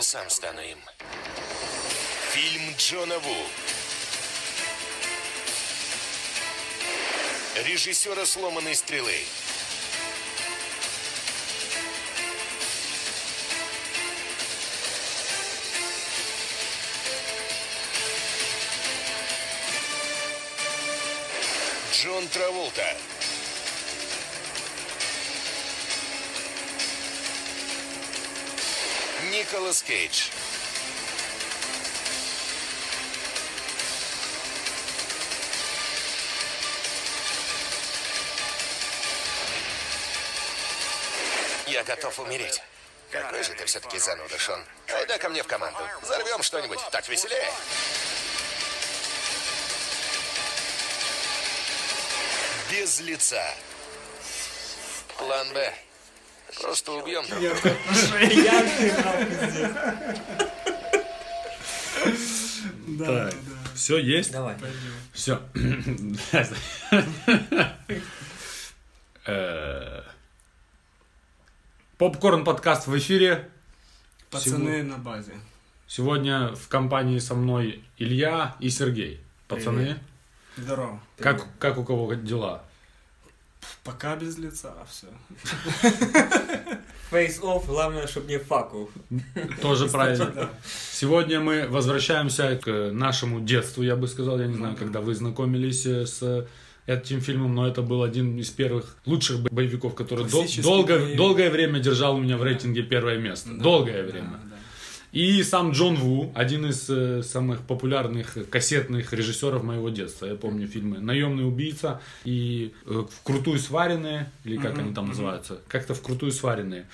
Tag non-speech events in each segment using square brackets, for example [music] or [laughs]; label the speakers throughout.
Speaker 1: сам стану им. Фильм Джона Ву. Режиссера «Сломанной стрелы». Джон Траволта. Николас Кейдж. Я готов умереть. Какой же ты все-таки зануда, Шон. Пойдай ко мне в команду. Взорвем что-нибудь. Так веселее. Без лица. План Б. Просто убьем друг друга.
Speaker 2: Я жрал, пиздец. Да,
Speaker 3: Так, все есть?
Speaker 2: давай.
Speaker 3: Все. Э, Попкорн подкаст в эфире.
Speaker 4: Пацаны на базе.
Speaker 3: Сегодня в компании со мной Илья и Сергей. Пацаны,
Speaker 4: Здорово.
Speaker 3: как, как у кого дела?
Speaker 4: Пока без лица, а все.
Speaker 2: Face off, главное, чтобы не факов.
Speaker 3: Тоже правильно. Сегодня мы возвращаемся к нашему детству, я бы сказал. Я не знаю, когда вы знакомились э, с этим фильмом, но это был один из первых лучших бо- боевиков, который дол-
Speaker 4: Классический
Speaker 3: долго-
Speaker 4: боевик.
Speaker 3: долгое время держал у меня в рейтинге первое место. Долгое время. И сам Джон Ву, один из э, самых популярных кассетных режиссеров моего детства. Я помню фильмы «Наемный убийца» и э, «Вкрутую сваренные», или как они там называются, как-то «Вкрутую сваренные».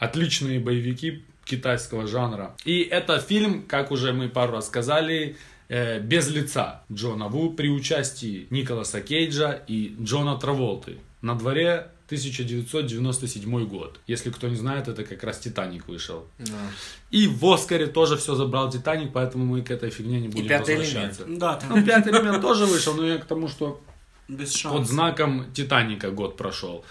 Speaker 3: Отличные боевики китайского жанра. И это фильм, как уже мы пару раз сказали, э, без лица Джона Ву при участии Николаса Кейджа и Джона Траволты. На дворе 1997 год. Если кто не знает, это как раз «Титаник» вышел. И в Оскаре тоже все забрал Титаник, поэтому мы к этой фигне не будем
Speaker 2: «Пятый
Speaker 3: возвращаться.
Speaker 4: Да, там
Speaker 3: Ну, пятый элемент тоже вышел, но я к тому, что
Speaker 4: без
Speaker 3: под
Speaker 4: шансов.
Speaker 3: знаком Титаника год прошел.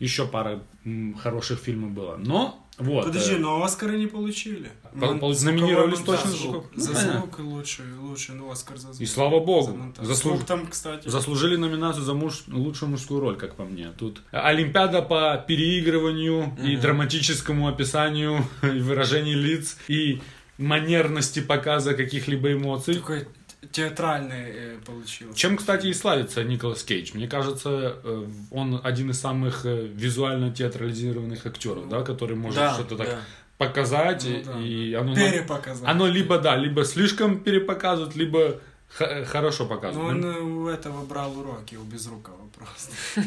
Speaker 3: Еще пара м, хороших фильмов было. Но вот.
Speaker 4: Подожди, ну,
Speaker 3: э,
Speaker 4: но Оскары не получили.
Speaker 3: По-
Speaker 4: Мон-
Speaker 3: по- номинировались
Speaker 4: звуковой
Speaker 3: точно
Speaker 4: монтаж.
Speaker 3: звук. Ну,
Speaker 4: За
Speaker 3: понятно.
Speaker 4: звук лучше, лучше, ну Оскар за звук.
Speaker 3: И слава богу,
Speaker 4: За монтаж.
Speaker 3: заслуж-
Speaker 4: Звук там, кстати.
Speaker 3: заслужили номинацию за муж- лучшую мужскую роль, как по мне. Тут Олимпиада по переигрыванию и драматическому описанию и выражению лиц и манерности показа каких-либо эмоций.
Speaker 4: Такой т- театральный э, получился.
Speaker 3: Чем, кстати, и славится Николас Кейдж. Мне кажется, э, он один из самых э, визуально театрализированных актеров, да, который может
Speaker 2: Да,
Speaker 3: что-то так а
Speaker 2: да.
Speaker 3: показать.
Speaker 4: Ну
Speaker 3: и-
Speaker 4: да,
Speaker 3: и оно,
Speaker 4: Перепоказал. Ну,
Speaker 3: оно либо, да, либо слишком перепоказывает, либо х- э, хорошо
Speaker 4: Но
Speaker 3: показывает.
Speaker 4: он э, у этого брал уроки, у Безрукова
Speaker 3: [laughs]
Speaker 4: просто.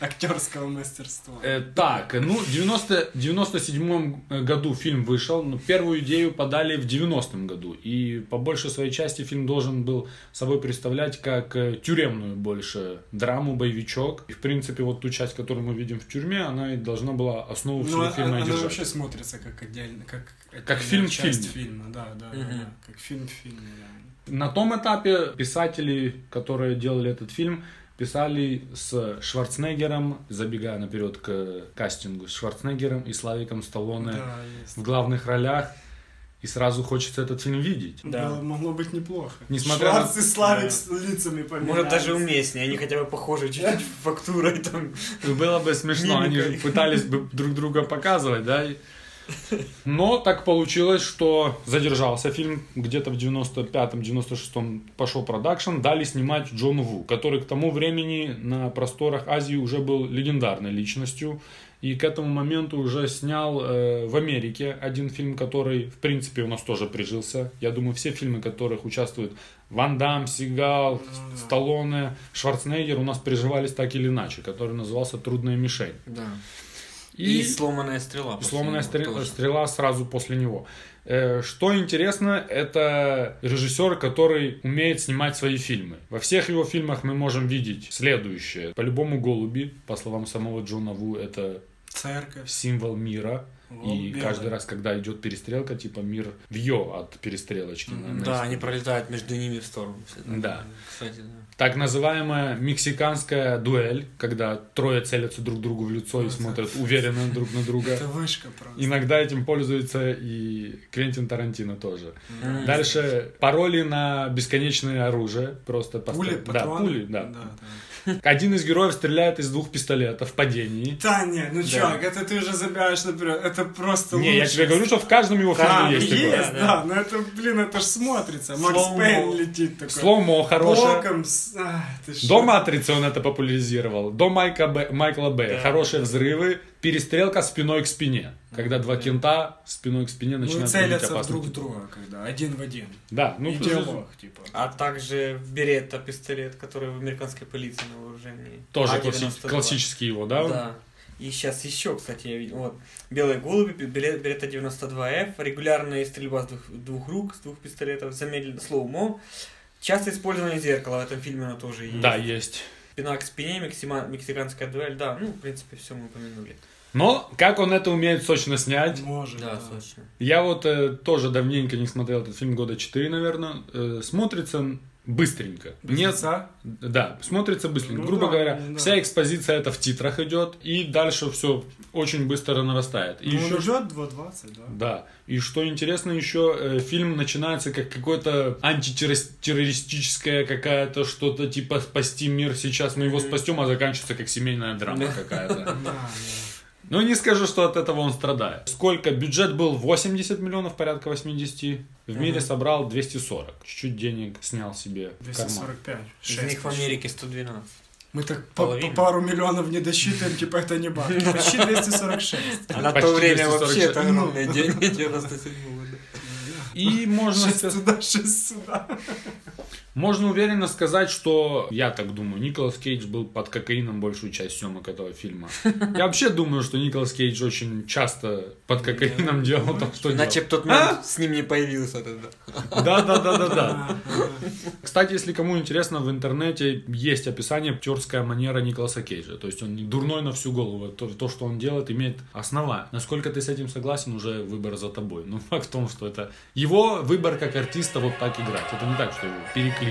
Speaker 4: Актерского мастерства.
Speaker 3: Э, так, ну, в 90, 97 э, году фильм вышел, но первую идею подали в 90-м году. И по большей своей части фильм должен был собой представлять как э, тюремную больше драму, боевичок. И, в принципе, вот ту часть, которую мы видим в тюрьме, она и должна была основу
Speaker 4: Ну,
Speaker 3: всего
Speaker 4: а-
Speaker 3: фильма и
Speaker 4: она
Speaker 3: держать.
Speaker 4: вообще смотрится как отдельно, как,
Speaker 3: Как
Speaker 4: отдельная
Speaker 3: фильм в
Speaker 4: часть
Speaker 3: фильме.
Speaker 4: фильма, да, да, да, да, как фильм в фильме, да.
Speaker 3: На том этапе писатели, которые делали этот фильм, писали с Шварценеггером, забегая наперед к кастингу, с Шварценеггером и Славиком Сталлоне.
Speaker 4: Да, есть.
Speaker 3: в главных ролях, и сразу хочется этот фильм видеть.
Speaker 2: Да.
Speaker 4: Было- могло быть неплохо.
Speaker 3: Несмотря на-
Speaker 4: Шварц и Славик с лицами поменялись.
Speaker 2: Может, даже уместнее, они хотя бы похожи чуть-чуть фактурой там.
Speaker 3: И Ну, Было бы смешно, они же
Speaker 2: Мимикой.
Speaker 3: пытались бы друг друга показывать, да? и- Но так получилось, что задержался фильм, где-то в 95-96 пошел продакшн, дали снимать Джону Ву, который к тому времени на просторах Азии уже был легендарной личностью. И к этому моменту уже снял э, в Америке один фильм, который, в принципе, у нас тоже прижился. Я думаю, все фильмы, в которых участвуют Ван Дам, Сигал, Сталлоне, Шварценеггер, у нас приживались так или иначе, который назывался «Трудная мишень».
Speaker 2: Да.
Speaker 3: И,
Speaker 2: И, сломанная стрела.
Speaker 3: и «Сломанная
Speaker 2: после
Speaker 3: стре-
Speaker 2: него тоже.
Speaker 3: стрела» сразу после него. Э, Что интересно, это режиссер, который умеет снимать свои фильмы. Во всех его фильмах мы можем видеть следующее. По-любому «Голуби», по словам самого Джона Ву, это
Speaker 4: Церковь.
Speaker 3: символ мира. И
Speaker 4: Вон,
Speaker 3: каждый
Speaker 4: белый.
Speaker 3: раз, когда идет перестрелка, типа мир вьё от перестрелочки. на-
Speaker 2: Да,
Speaker 3: на-
Speaker 2: они пролетают между ними в сторону. всегда.
Speaker 3: Да.
Speaker 2: Кстати, да.
Speaker 3: Так называемая мексиканская дуэль, когда трое целятся друг другу в лицо и
Speaker 2: Вот
Speaker 3: смотрят уверенно друг на друга.
Speaker 4: Это вышка просто.
Speaker 3: Иногда этим пользуется и Квентин Тарантино тоже.
Speaker 2: М.
Speaker 3: Дальше пароли на бесконечное оружие. Просто
Speaker 4: Пули,
Speaker 3: поставь- Да,
Speaker 4: патроны.
Speaker 3: пули, да.
Speaker 4: да, да.
Speaker 3: Один из героев стреляет из двух пистолетов в падении.
Speaker 4: Да не, ну чувак, это ты уже забираешь наперед. Это просто
Speaker 3: Не, я
Speaker 4: лучше.
Speaker 3: тебе говорю, что в каждом его
Speaker 4: А,
Speaker 3: фильме
Speaker 4: есть,
Speaker 3: есть такое.
Speaker 4: да,
Speaker 2: да.
Speaker 4: но это, блин, это ж смотрится. Макс
Speaker 2: Слоумо.
Speaker 4: Пейн летит такой.
Speaker 3: Слоумо хорошее.
Speaker 4: Боком. с- а, ты шо?
Speaker 3: До Матрицы он это популяризировал, до Майка Б- Майкла Б. Хорошие взрывы, перестрелка спиной к спине. Когда два кента спиной к спине
Speaker 4: Ну, и
Speaker 3: начинают целить
Speaker 4: целятся
Speaker 3: опасный
Speaker 4: друг в
Speaker 3: тип.
Speaker 4: друга, когда один в один.
Speaker 3: Да, ну
Speaker 4: и
Speaker 3: то есть
Speaker 4: диалог, типа.
Speaker 2: А также беретта, пистолет, который в американской полиции на вооружении.
Speaker 4: А,
Speaker 3: тоже
Speaker 2: А-92.
Speaker 3: класси- классический его, да?
Speaker 2: Да. И сейчас еще, кстати, я видел. Вот. Белые голуби, биле- беретта 92F, регулярная стрельба с двух, двух рук, с двух пистолетов, замедленно, слоумо. Часто использование зеркала, в этом фильме оно тоже есть.
Speaker 3: Да, есть.
Speaker 2: Спина к спине, мексима- мексиканская дуэль, да, ну, в принципе, все мы упомянули.
Speaker 3: Но как он это умеет сочно
Speaker 4: «А,
Speaker 3: снять?
Speaker 4: Может, да.
Speaker 2: точно.
Speaker 3: Я вот э, тоже давненько не смотрел этот фильм, года 4, наверное. смотрится он быстренько.
Speaker 4: Без
Speaker 3: Нет,
Speaker 4: лица?
Speaker 3: Да, смотрится быстренько.
Speaker 4: Ну
Speaker 3: Грубо
Speaker 4: да,
Speaker 3: говоря,
Speaker 4: ну да.
Speaker 3: вся экспозиция это в titrах идет, и дальше все очень быстро нарастает. И
Speaker 4: Ну,
Speaker 3: еще-
Speaker 4: Он идет 2.20, да?
Speaker 3: Да. И что интересно еще, э, фильм начинается как какое-то антитеррористическое какая-то что-то типа спасти мир сейчас, мы его спастем, а заканчивается как семейная драма какая-то.
Speaker 4: Да, да.
Speaker 3: Ну не скажу, что от этого он страдает. Сколько? Бюджет был 80 миллионов, порядка 80. В мире собрал 240. Чуть-чуть денег снял себе в карман.
Speaker 4: 245.
Speaker 2: Из них в Америке 112.
Speaker 4: Мы так по, по
Speaker 2: Половина.
Speaker 4: пару миллионов не досчитываем, типа это не бабки. Почти 246.
Speaker 2: А на
Speaker 3: Почти
Speaker 2: то время
Speaker 3: 246.
Speaker 2: вообще это
Speaker 3: [laughs]
Speaker 2: огромные деньги, 97 года.
Speaker 3: И можно...
Speaker 4: Шесть
Speaker 3: сказать-
Speaker 4: туда, шесть сюда.
Speaker 3: Можно уверенно сказать, что, я так думаю, Николас Кейдж был под кокаином большую часть съемок этого фильма. Я вообще думаю, что Николас Кейдж очень часто под кокаином делал то, что
Speaker 2: Иначе б тот момент с ним не появился тогда.
Speaker 3: делал. Да-да-да-да-да.
Speaker 4: Да,
Speaker 3: Кстати, если кому интересно, в интернете есть описание актерская манера Николаса Кейджа. То есть он не дурной на всю голову. То, то, что он делает, имеет основа. Насколько ты с этим согласен, уже выбор за тобой. Но факт в том, что это его выбор как артиста вот так играть. Это не так, что его переклинило.
Speaker 5: Я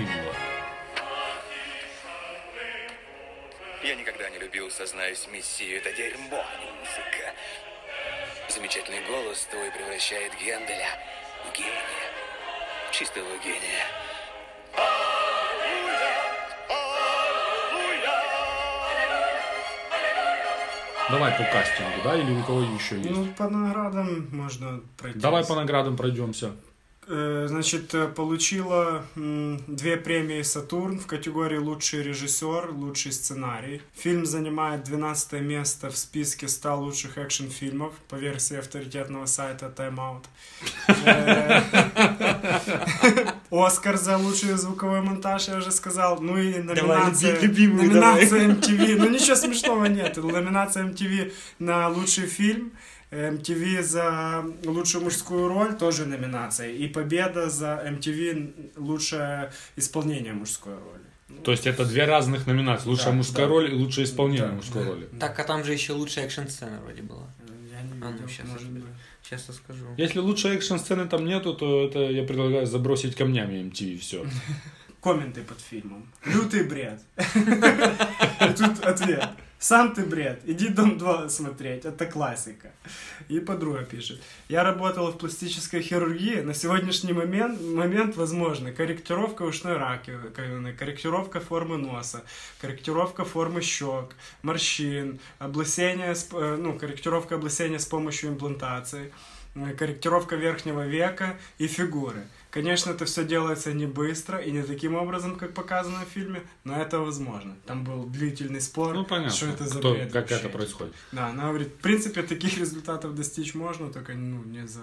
Speaker 5: никогда не любил, сознаюсь, мессию. Это дерьмо, а не музыка. Замечательный голос твой превращает Генделя в гения. Чистого гения.
Speaker 3: Давай по кастингу, да? Или у кого еще есть?
Speaker 4: Ну, по наградам можно пройти.
Speaker 3: Давай по наградам пройдемся.
Speaker 4: Э, Значит, э, получила м, две премии «Сатурн» в категории «Лучший режиссер», «Лучший сценарий». Фильм занимает 12 место в списке 100 лучших экшн-фильмов по версии авторитетного сайта Time Out. Э, [laughs] Оскар за лучший звуковой монтаж, я уже сказал. Ну и номинация...
Speaker 2: люби- любимую
Speaker 4: номинация MTV. Ну ничего смешного нет. Номинация MTV на лучший фильм. MTV за лучшую мужскую роль тоже номинация. И победа за MTV лучшее исполнение мужской роли.
Speaker 3: То есть это две разных номинации. Лучшая
Speaker 4: Да,
Speaker 3: мужская
Speaker 4: да.
Speaker 3: роль и лучшее исполнение
Speaker 4: Да,
Speaker 3: мужской
Speaker 4: да.
Speaker 3: роли.
Speaker 2: Так, а там же еще лучшая экшн-сцена вроде была.
Speaker 4: Я не
Speaker 2: А, ну,
Speaker 4: видел,
Speaker 2: щас
Speaker 4: может
Speaker 2: разберу.
Speaker 4: быть.
Speaker 2: Сейчас я скажу.
Speaker 3: Если лучшей экшн-сцены там нету, то это я предлагаю забросить камнями MTV все.
Speaker 4: Комменты под фильмом. Лютый бред. [laughs] И тут ответ. Сам ты бред. Иди Дом 2 смотреть. Это классика. И подруга пишет. Я работала в пластической хирургии. На сегодняшний момент, момент возможно, корректировка ушной раковины, корректировка формы носа, корректировка формы щек, морщин, облысение, с п- э, ну, корректировка облысения с помощью имплантации, э, корректировка верхнего века и фигуры. Конечно, это все делается не быстро и не таким образом, как показано в фильме, но это возможно. Там был длительный спор,
Speaker 3: Ну понятно.
Speaker 4: что это за
Speaker 3: кто-
Speaker 4: бред
Speaker 3: как
Speaker 4: вообще.
Speaker 3: это происходит.
Speaker 4: Да, она говорит, в принципе, таких результатов достичь можно, только ну, не за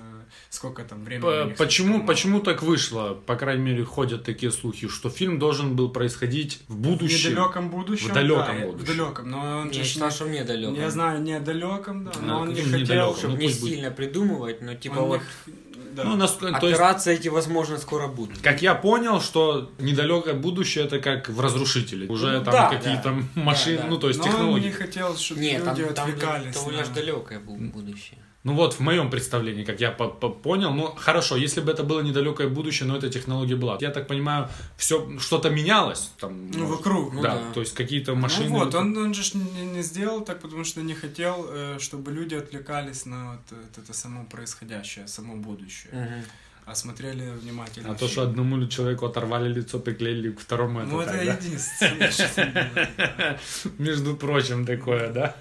Speaker 4: сколько там времени. у
Speaker 3: П-
Speaker 4: них
Speaker 3: Почему,
Speaker 4: ушло.
Speaker 3: почему так вышло? По крайней мере, ходят такие слухи, что фильм должен был происходить в
Speaker 4: В
Speaker 3: будущем.
Speaker 4: недалеком будущем.
Speaker 3: В далеком
Speaker 4: да,
Speaker 3: будущем.
Speaker 4: В далеком, но он
Speaker 2: Я
Speaker 4: же... ж
Speaker 2: считаю, что мне далеко.
Speaker 4: не- Я знаю, недалеком, да,
Speaker 3: Ну,
Speaker 4: но он не
Speaker 3: конечно,
Speaker 4: хотел,
Speaker 3: недалеком,
Speaker 4: чтобы...
Speaker 3: ну,
Speaker 2: не
Speaker 3: пусть будет.
Speaker 2: сильно придумывать, но типа
Speaker 4: он не
Speaker 2: вот
Speaker 4: х- да.
Speaker 3: Ну, насколько- то есть,
Speaker 2: операции эти, возможно, скоро будут.
Speaker 3: как я понял, что недалекое будущее это как в разрушителе. Уже
Speaker 4: Ну,
Speaker 3: там
Speaker 4: да,
Speaker 3: какие-то
Speaker 2: да.
Speaker 3: машины,
Speaker 2: Да, да.
Speaker 3: ну то есть
Speaker 4: но он
Speaker 3: технологии.
Speaker 4: не хотел, чтобы
Speaker 2: Нет,
Speaker 4: люди
Speaker 2: там, там
Speaker 4: отвлекались.
Speaker 2: довольно
Speaker 4: на-
Speaker 2: ж далекое бу- будущее.
Speaker 3: Ну вот, в моем представлении, как я по- по- понял, ну хорошо, если бы это было недалекое будущее, но эта технология была. Я так понимаю, все что-то менялось там.
Speaker 4: Ну,
Speaker 3: может,
Speaker 4: вокруг, ну да.
Speaker 3: То есть какие-то машины.
Speaker 4: Ну вот, он, он же ж не, не сделал так, потому что не хотел, э, чтобы люди отвлекались на вот это, это само происходящее, само будущее,
Speaker 2: Мгм.
Speaker 4: а смотрели внимательно.
Speaker 3: А то,
Speaker 4: фильм.
Speaker 3: что одному человеку оторвали лицо, приклеили к второму, это
Speaker 4: Ну, это
Speaker 3: так, да? [laughs]
Speaker 4: единственное. я щас не думаю, да.
Speaker 3: Между прочим, такое,
Speaker 4: [laughs]
Speaker 3: да?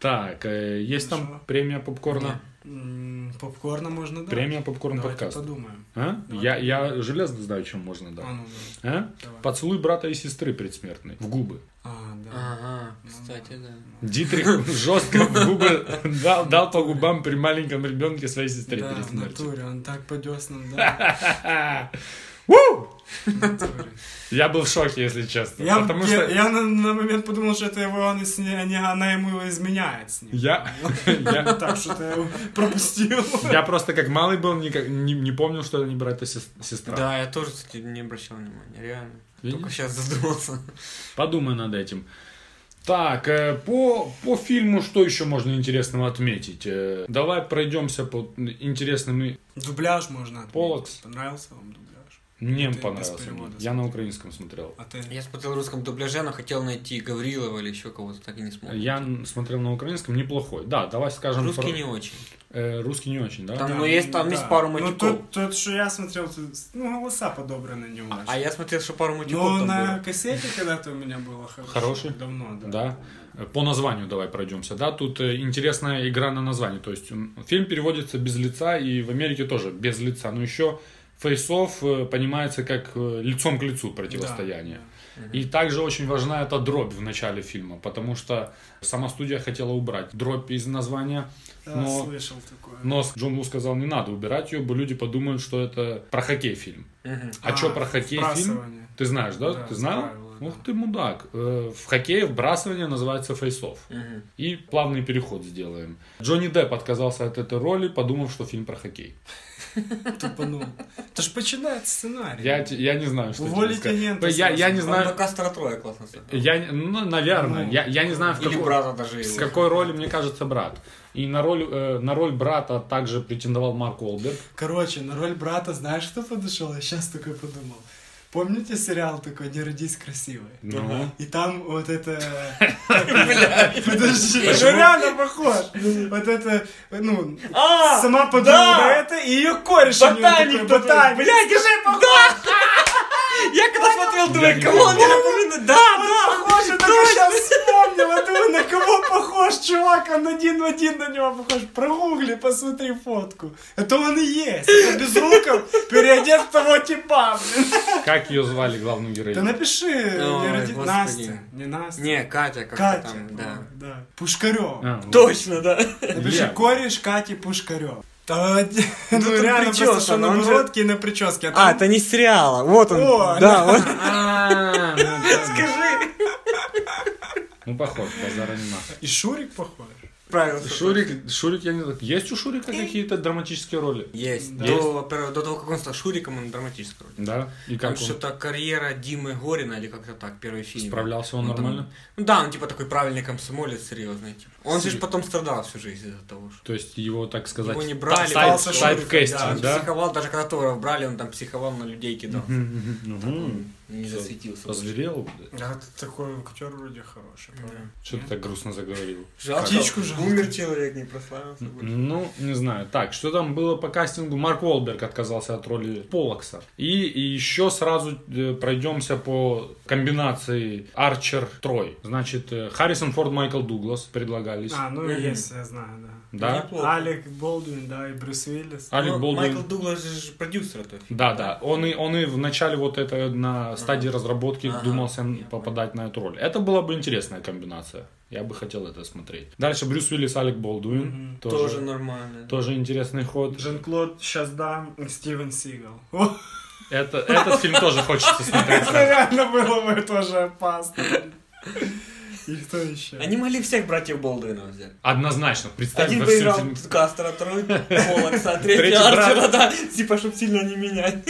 Speaker 3: Так, э, есть там
Speaker 4: Хорошо.
Speaker 3: премия попкорна?
Speaker 4: М, Попкорна можно дать.
Speaker 3: Премия попкорн
Speaker 4: Давайте
Speaker 3: подкаст.
Speaker 4: подумаем.
Speaker 3: А?
Speaker 4: Давай.
Speaker 3: Я, я железно знаю, чем можно
Speaker 4: А,
Speaker 3: дать.
Speaker 4: ну, да.
Speaker 3: А?
Speaker 4: Давай.
Speaker 3: Поцелуй брата и сестры предсмертной. В губы.
Speaker 4: А, да.
Speaker 2: Ага, кстати,
Speaker 4: ну,
Speaker 2: да.
Speaker 3: Дитрих жестко в губы дал, дал по губам при маленьком ребенке своей сестре
Speaker 4: Да,
Speaker 3: перед
Speaker 4: в
Speaker 3: смертью.
Speaker 4: натуре, он так по деснам,
Speaker 3: [laughs]
Speaker 4: да,
Speaker 3: Ву!
Speaker 4: в натуре.
Speaker 3: Я был в шоке, если честно.
Speaker 4: Я,
Speaker 3: потому
Speaker 4: я-
Speaker 3: что
Speaker 4: я на, на момент подумал, что это его, он, с ней- они- она ему изменяет с ним.
Speaker 3: я, я,
Speaker 4: [laughs] Так что я его пропустил.
Speaker 3: я просто как малый был, никак- не, не помнил, что это не брат, а сес- сестра.
Speaker 2: Да, я тоже, кстати, не обращал внимания, реально. Только
Speaker 3: Видишь?
Speaker 2: сейчас задумался.
Speaker 3: Подумай над этим. Так, э, по, по фильму что еще можно интересного отметить? Э, Давай пройдемся по интересным...
Speaker 4: Дубляж можно отметить.
Speaker 3: Полокс.
Speaker 4: Понравился вам дубляж?
Speaker 3: Мне
Speaker 4: Ну, Ты без
Speaker 3: понравился.
Speaker 4: перевода
Speaker 3: Я на украинском смотрел.
Speaker 4: А ты?
Speaker 2: Я смотрел в русском дубляже, но хотел найти Гаврилова или еще кого-то, так и не смог.
Speaker 3: Я н- смотрел на украинском, неплохой. Да, давай скажем...
Speaker 2: Русский
Speaker 3: про-
Speaker 2: не очень.
Speaker 3: Э, русский не очень, да?
Speaker 2: Там, ну, есть- там есть пару матюков.
Speaker 4: Ну, тут, тут, что я смотрел, тут, ну, голоса подобраны не
Speaker 2: А, а я смотрел, что пару матюков
Speaker 4: Ну,
Speaker 2: там
Speaker 4: на
Speaker 2: было.
Speaker 4: кассете когда-то у меня было хорошо.
Speaker 3: Типа, Хороший?
Speaker 4: Давно, да.
Speaker 3: Да. Э, По названию давай пройдемся, да? Тут э, интересная игра на название. То есть м, фильм переводится без лица и в Америке тоже без лица. Но еще фейсов понимается как э, лицом к лицу противостояние. И также очень важна эта дробь в начале фильма, потому что сама студия хотела убрать дробь из названия,
Speaker 4: Да,
Speaker 3: но, ну,
Speaker 4: слышал такое.
Speaker 3: но Джон Ву сказал, не надо убирать ее, бо люди подумают, что это про хоккей фильм.
Speaker 2: Мгм.
Speaker 3: А,
Speaker 4: А,
Speaker 3: что про хоккей фильм?
Speaker 4: вбрасывание.
Speaker 3: Ты знаешь, да?
Speaker 4: Да,
Speaker 3: ты знал?
Speaker 4: правило, да.
Speaker 3: Ух ты, мудак. Э, В хоккее вбрасывание называется фейсов.
Speaker 2: Мгм.
Speaker 3: И плавный переход сделаем. Джонни Депп отказался от этой роли, подумав, что фильм про хоккей.
Speaker 4: Тупанул. ну, Это ж починает сценарий.
Speaker 3: Я, те- я не знаю, что тебе
Speaker 4: Уволить
Speaker 3: сказать.
Speaker 4: агента
Speaker 3: Я, я не
Speaker 4: сразу.
Speaker 2: Там
Speaker 3: знаю...
Speaker 2: до Ну, Кастро Троя классно смотрел.
Speaker 3: Э, Я, не- ну, наверное,
Speaker 4: Ну,
Speaker 3: я, я не знаю, в
Speaker 2: Или
Speaker 3: какой,
Speaker 2: брата даже
Speaker 3: с
Speaker 2: его. [laughs]
Speaker 3: какой роли, мне кажется, брат. И на роль, э, на роль брата также претендовал Марк Уолберг.
Speaker 4: Короче, на роль брата знаешь, кто подошел? Я сейчас такой подумал. Помните сериал такой «Не родись красивой»?
Speaker 3: Ну.
Speaker 4: И там
Speaker 3: [laughs]
Speaker 4: вот это... Подожди, ну реально похож. Вот это, ну,
Speaker 2: А,
Speaker 4: сама подруга
Speaker 2: да.
Speaker 4: это и ее кореш. у неё такой,
Speaker 2: Ботаник, ботаник.
Speaker 4: ботаник.
Speaker 2: Блядь, я же Да! [laughs] Я когда смотрел, думаю,
Speaker 3: не
Speaker 2: кого
Speaker 3: помню.
Speaker 2: Да, ну. да!
Speaker 4: Похож, я только сейчас вспомнил, думаю, на кого похож, чувак, он один в один на него похож. Прогугли, посмотри фотку. А Это он и есть, это без руков, переодет в того типа, блин.
Speaker 3: Как ее звали, главную
Speaker 4: Да
Speaker 3: героиню?
Speaker 4: напиши,
Speaker 2: Ой,
Speaker 4: не ради-
Speaker 2: господи.
Speaker 4: Настя, не Настя.
Speaker 2: Не, Катя как-то
Speaker 4: Катя,
Speaker 2: там,
Speaker 4: ну,
Speaker 2: да.
Speaker 4: да. Пушкарёв.
Speaker 3: А, вот.
Speaker 2: Точно, да.
Speaker 4: Напиши
Speaker 3: Я.
Speaker 4: кореш Кати Пушкарёв. Да, ну,
Speaker 2: он
Speaker 4: реально,
Speaker 2: причёсан,
Speaker 4: просто что на
Speaker 2: он же-
Speaker 4: бородке и на прическе.
Speaker 2: А,
Speaker 4: [laughs] там-
Speaker 2: это не с сериала. Вот он.
Speaker 4: О,
Speaker 2: да, вот.
Speaker 3: А, ну да.
Speaker 2: Скажи.
Speaker 3: Ну, похож, базара нема.
Speaker 4: И Шурик похож.
Speaker 2: Правильно.
Speaker 3: Шурик, Шурик, я не знаю. Есть у Шурика какие-то драматические роли?
Speaker 2: Есть.
Speaker 3: Да.
Speaker 2: До, первого- до того, как он стал Шуриком, он драматический вроде.
Speaker 3: Да?
Speaker 2: Там
Speaker 3: И как он?
Speaker 2: что-то карьера Димы Горина или как-то так, первый фильм.
Speaker 3: Справлялся он
Speaker 2: Ну, там-
Speaker 3: нормально?
Speaker 2: Ну да, он типа такой правильный комсомолец, серьезный. Типа. Он же ж потом страдал всю жизнь из-за того, что
Speaker 3: То есть его, так сказать,
Speaker 2: его не брали.
Speaker 3: тай-
Speaker 2: он-
Speaker 4: Шурик,
Speaker 3: тайпкастинг,
Speaker 2: да, он
Speaker 3: да?
Speaker 2: психовал, даже когда Торов брали, он там психовал на людей кидал.
Speaker 3: Мгм.
Speaker 2: Ну,
Speaker 3: Ну,
Speaker 2: Не засветился.
Speaker 3: Позверел?
Speaker 4: Да, это А такой актер вроде хороший. правда.
Speaker 3: Что ты так грустно заговорил?
Speaker 2: Жалко.
Speaker 4: Птичку жалко.
Speaker 2: Умер человек, не прославился больше.
Speaker 3: Ну, не знаю. Так, что там было по кастингу? Марк Уолберг отказался от роли Полокса. И, и еще сразу э, пройдемся по комбинации Арчер Трой. Значит, э, Харрисон Форд, Майкл Дуглас предлагались.
Speaker 4: А, ну
Speaker 2: Мгм.
Speaker 4: есть, я знаю, да.
Speaker 3: да?
Speaker 2: Неплохо.
Speaker 4: Алек Болдуин, да, и Брюс Уиллис.
Speaker 3: Алек
Speaker 2: Ну,
Speaker 3: Болдуин.
Speaker 2: Майкл Дуглас же ж продюсер то есть.
Speaker 3: Да, да. Он и, он и в начале вот это на стадии разработки
Speaker 2: Ага.
Speaker 3: думался попадать на эту роль. Это была бы интересная комбинация. Я бы хотел это смотреть. Дальше Брюс Уиллис, Алек Болдуин.
Speaker 4: Мгм.
Speaker 3: Тоже, тоже,
Speaker 2: нормально.
Speaker 3: интересный ход.
Speaker 4: Жан-Клод Шаздан и
Speaker 3: [laughs]
Speaker 4: Стивен Сигал.
Speaker 3: Это, этот фильм тоже хочется смотреть.
Speaker 2: [laughs]
Speaker 4: Это [laughs] реально было бы тоже опасно. И кто еще?
Speaker 2: Они могли всех братьев Болдуина взять.
Speaker 3: Однозначно. Представь
Speaker 2: Один
Speaker 3: во всем
Speaker 2: поиграл
Speaker 3: фильме.
Speaker 2: Кастера,
Speaker 3: [laughs]
Speaker 2: второй Полокса, третий
Speaker 3: Третий
Speaker 2: Арчера, да. Типа, чтоб сильно не менять.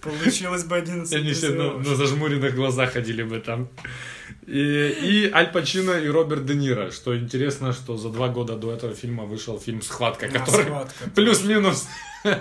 Speaker 4: Получилось бы 11
Speaker 3: Они все на, ну,
Speaker 4: призеров.
Speaker 3: на зажмуренных глазах ходили бы там. И, и Аль Пачино и Роберт Де Ниро. Что интересно, что за два года до этого фильма вышел фильм «Схватка»,
Speaker 4: Да,
Speaker 3: который
Speaker 4: «Схватка».
Speaker 3: плюс-минус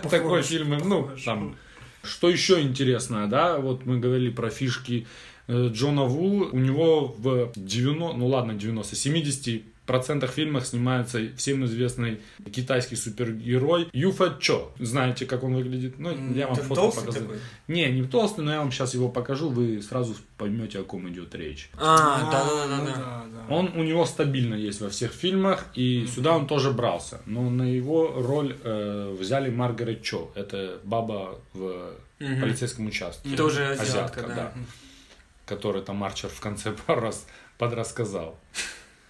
Speaker 3: такой фильм. и, Ну,
Speaker 4: похож.
Speaker 3: там... Что еще интересно, да, вот мы говорили про фишки э, Джона Ву, у него в 90, ну ладно, 90, 70 процентах фильмах снимается всем известный китайский супергерой Юфа Чо. Знаете, как он выглядит? Ну, я вам
Speaker 2: Ты
Speaker 3: фото
Speaker 2: толстый
Speaker 3: показываю.
Speaker 2: такой?
Speaker 3: Не, не толстый, но я вам сейчас его покажу, вы сразу поймете, о ком идет речь.
Speaker 2: А, да-да-да-да.
Speaker 4: Ну, да.
Speaker 3: Он у него стабильно есть во всех фильмах, и сюда он тоже брался. Но на его роль э, взяли Маргарет Чо. Это баба в
Speaker 2: Мгм.
Speaker 3: полицейском участке.
Speaker 2: Тоже азиатка, да.
Speaker 3: Который там Арчер в конце [laughs] пару раз подрассказал.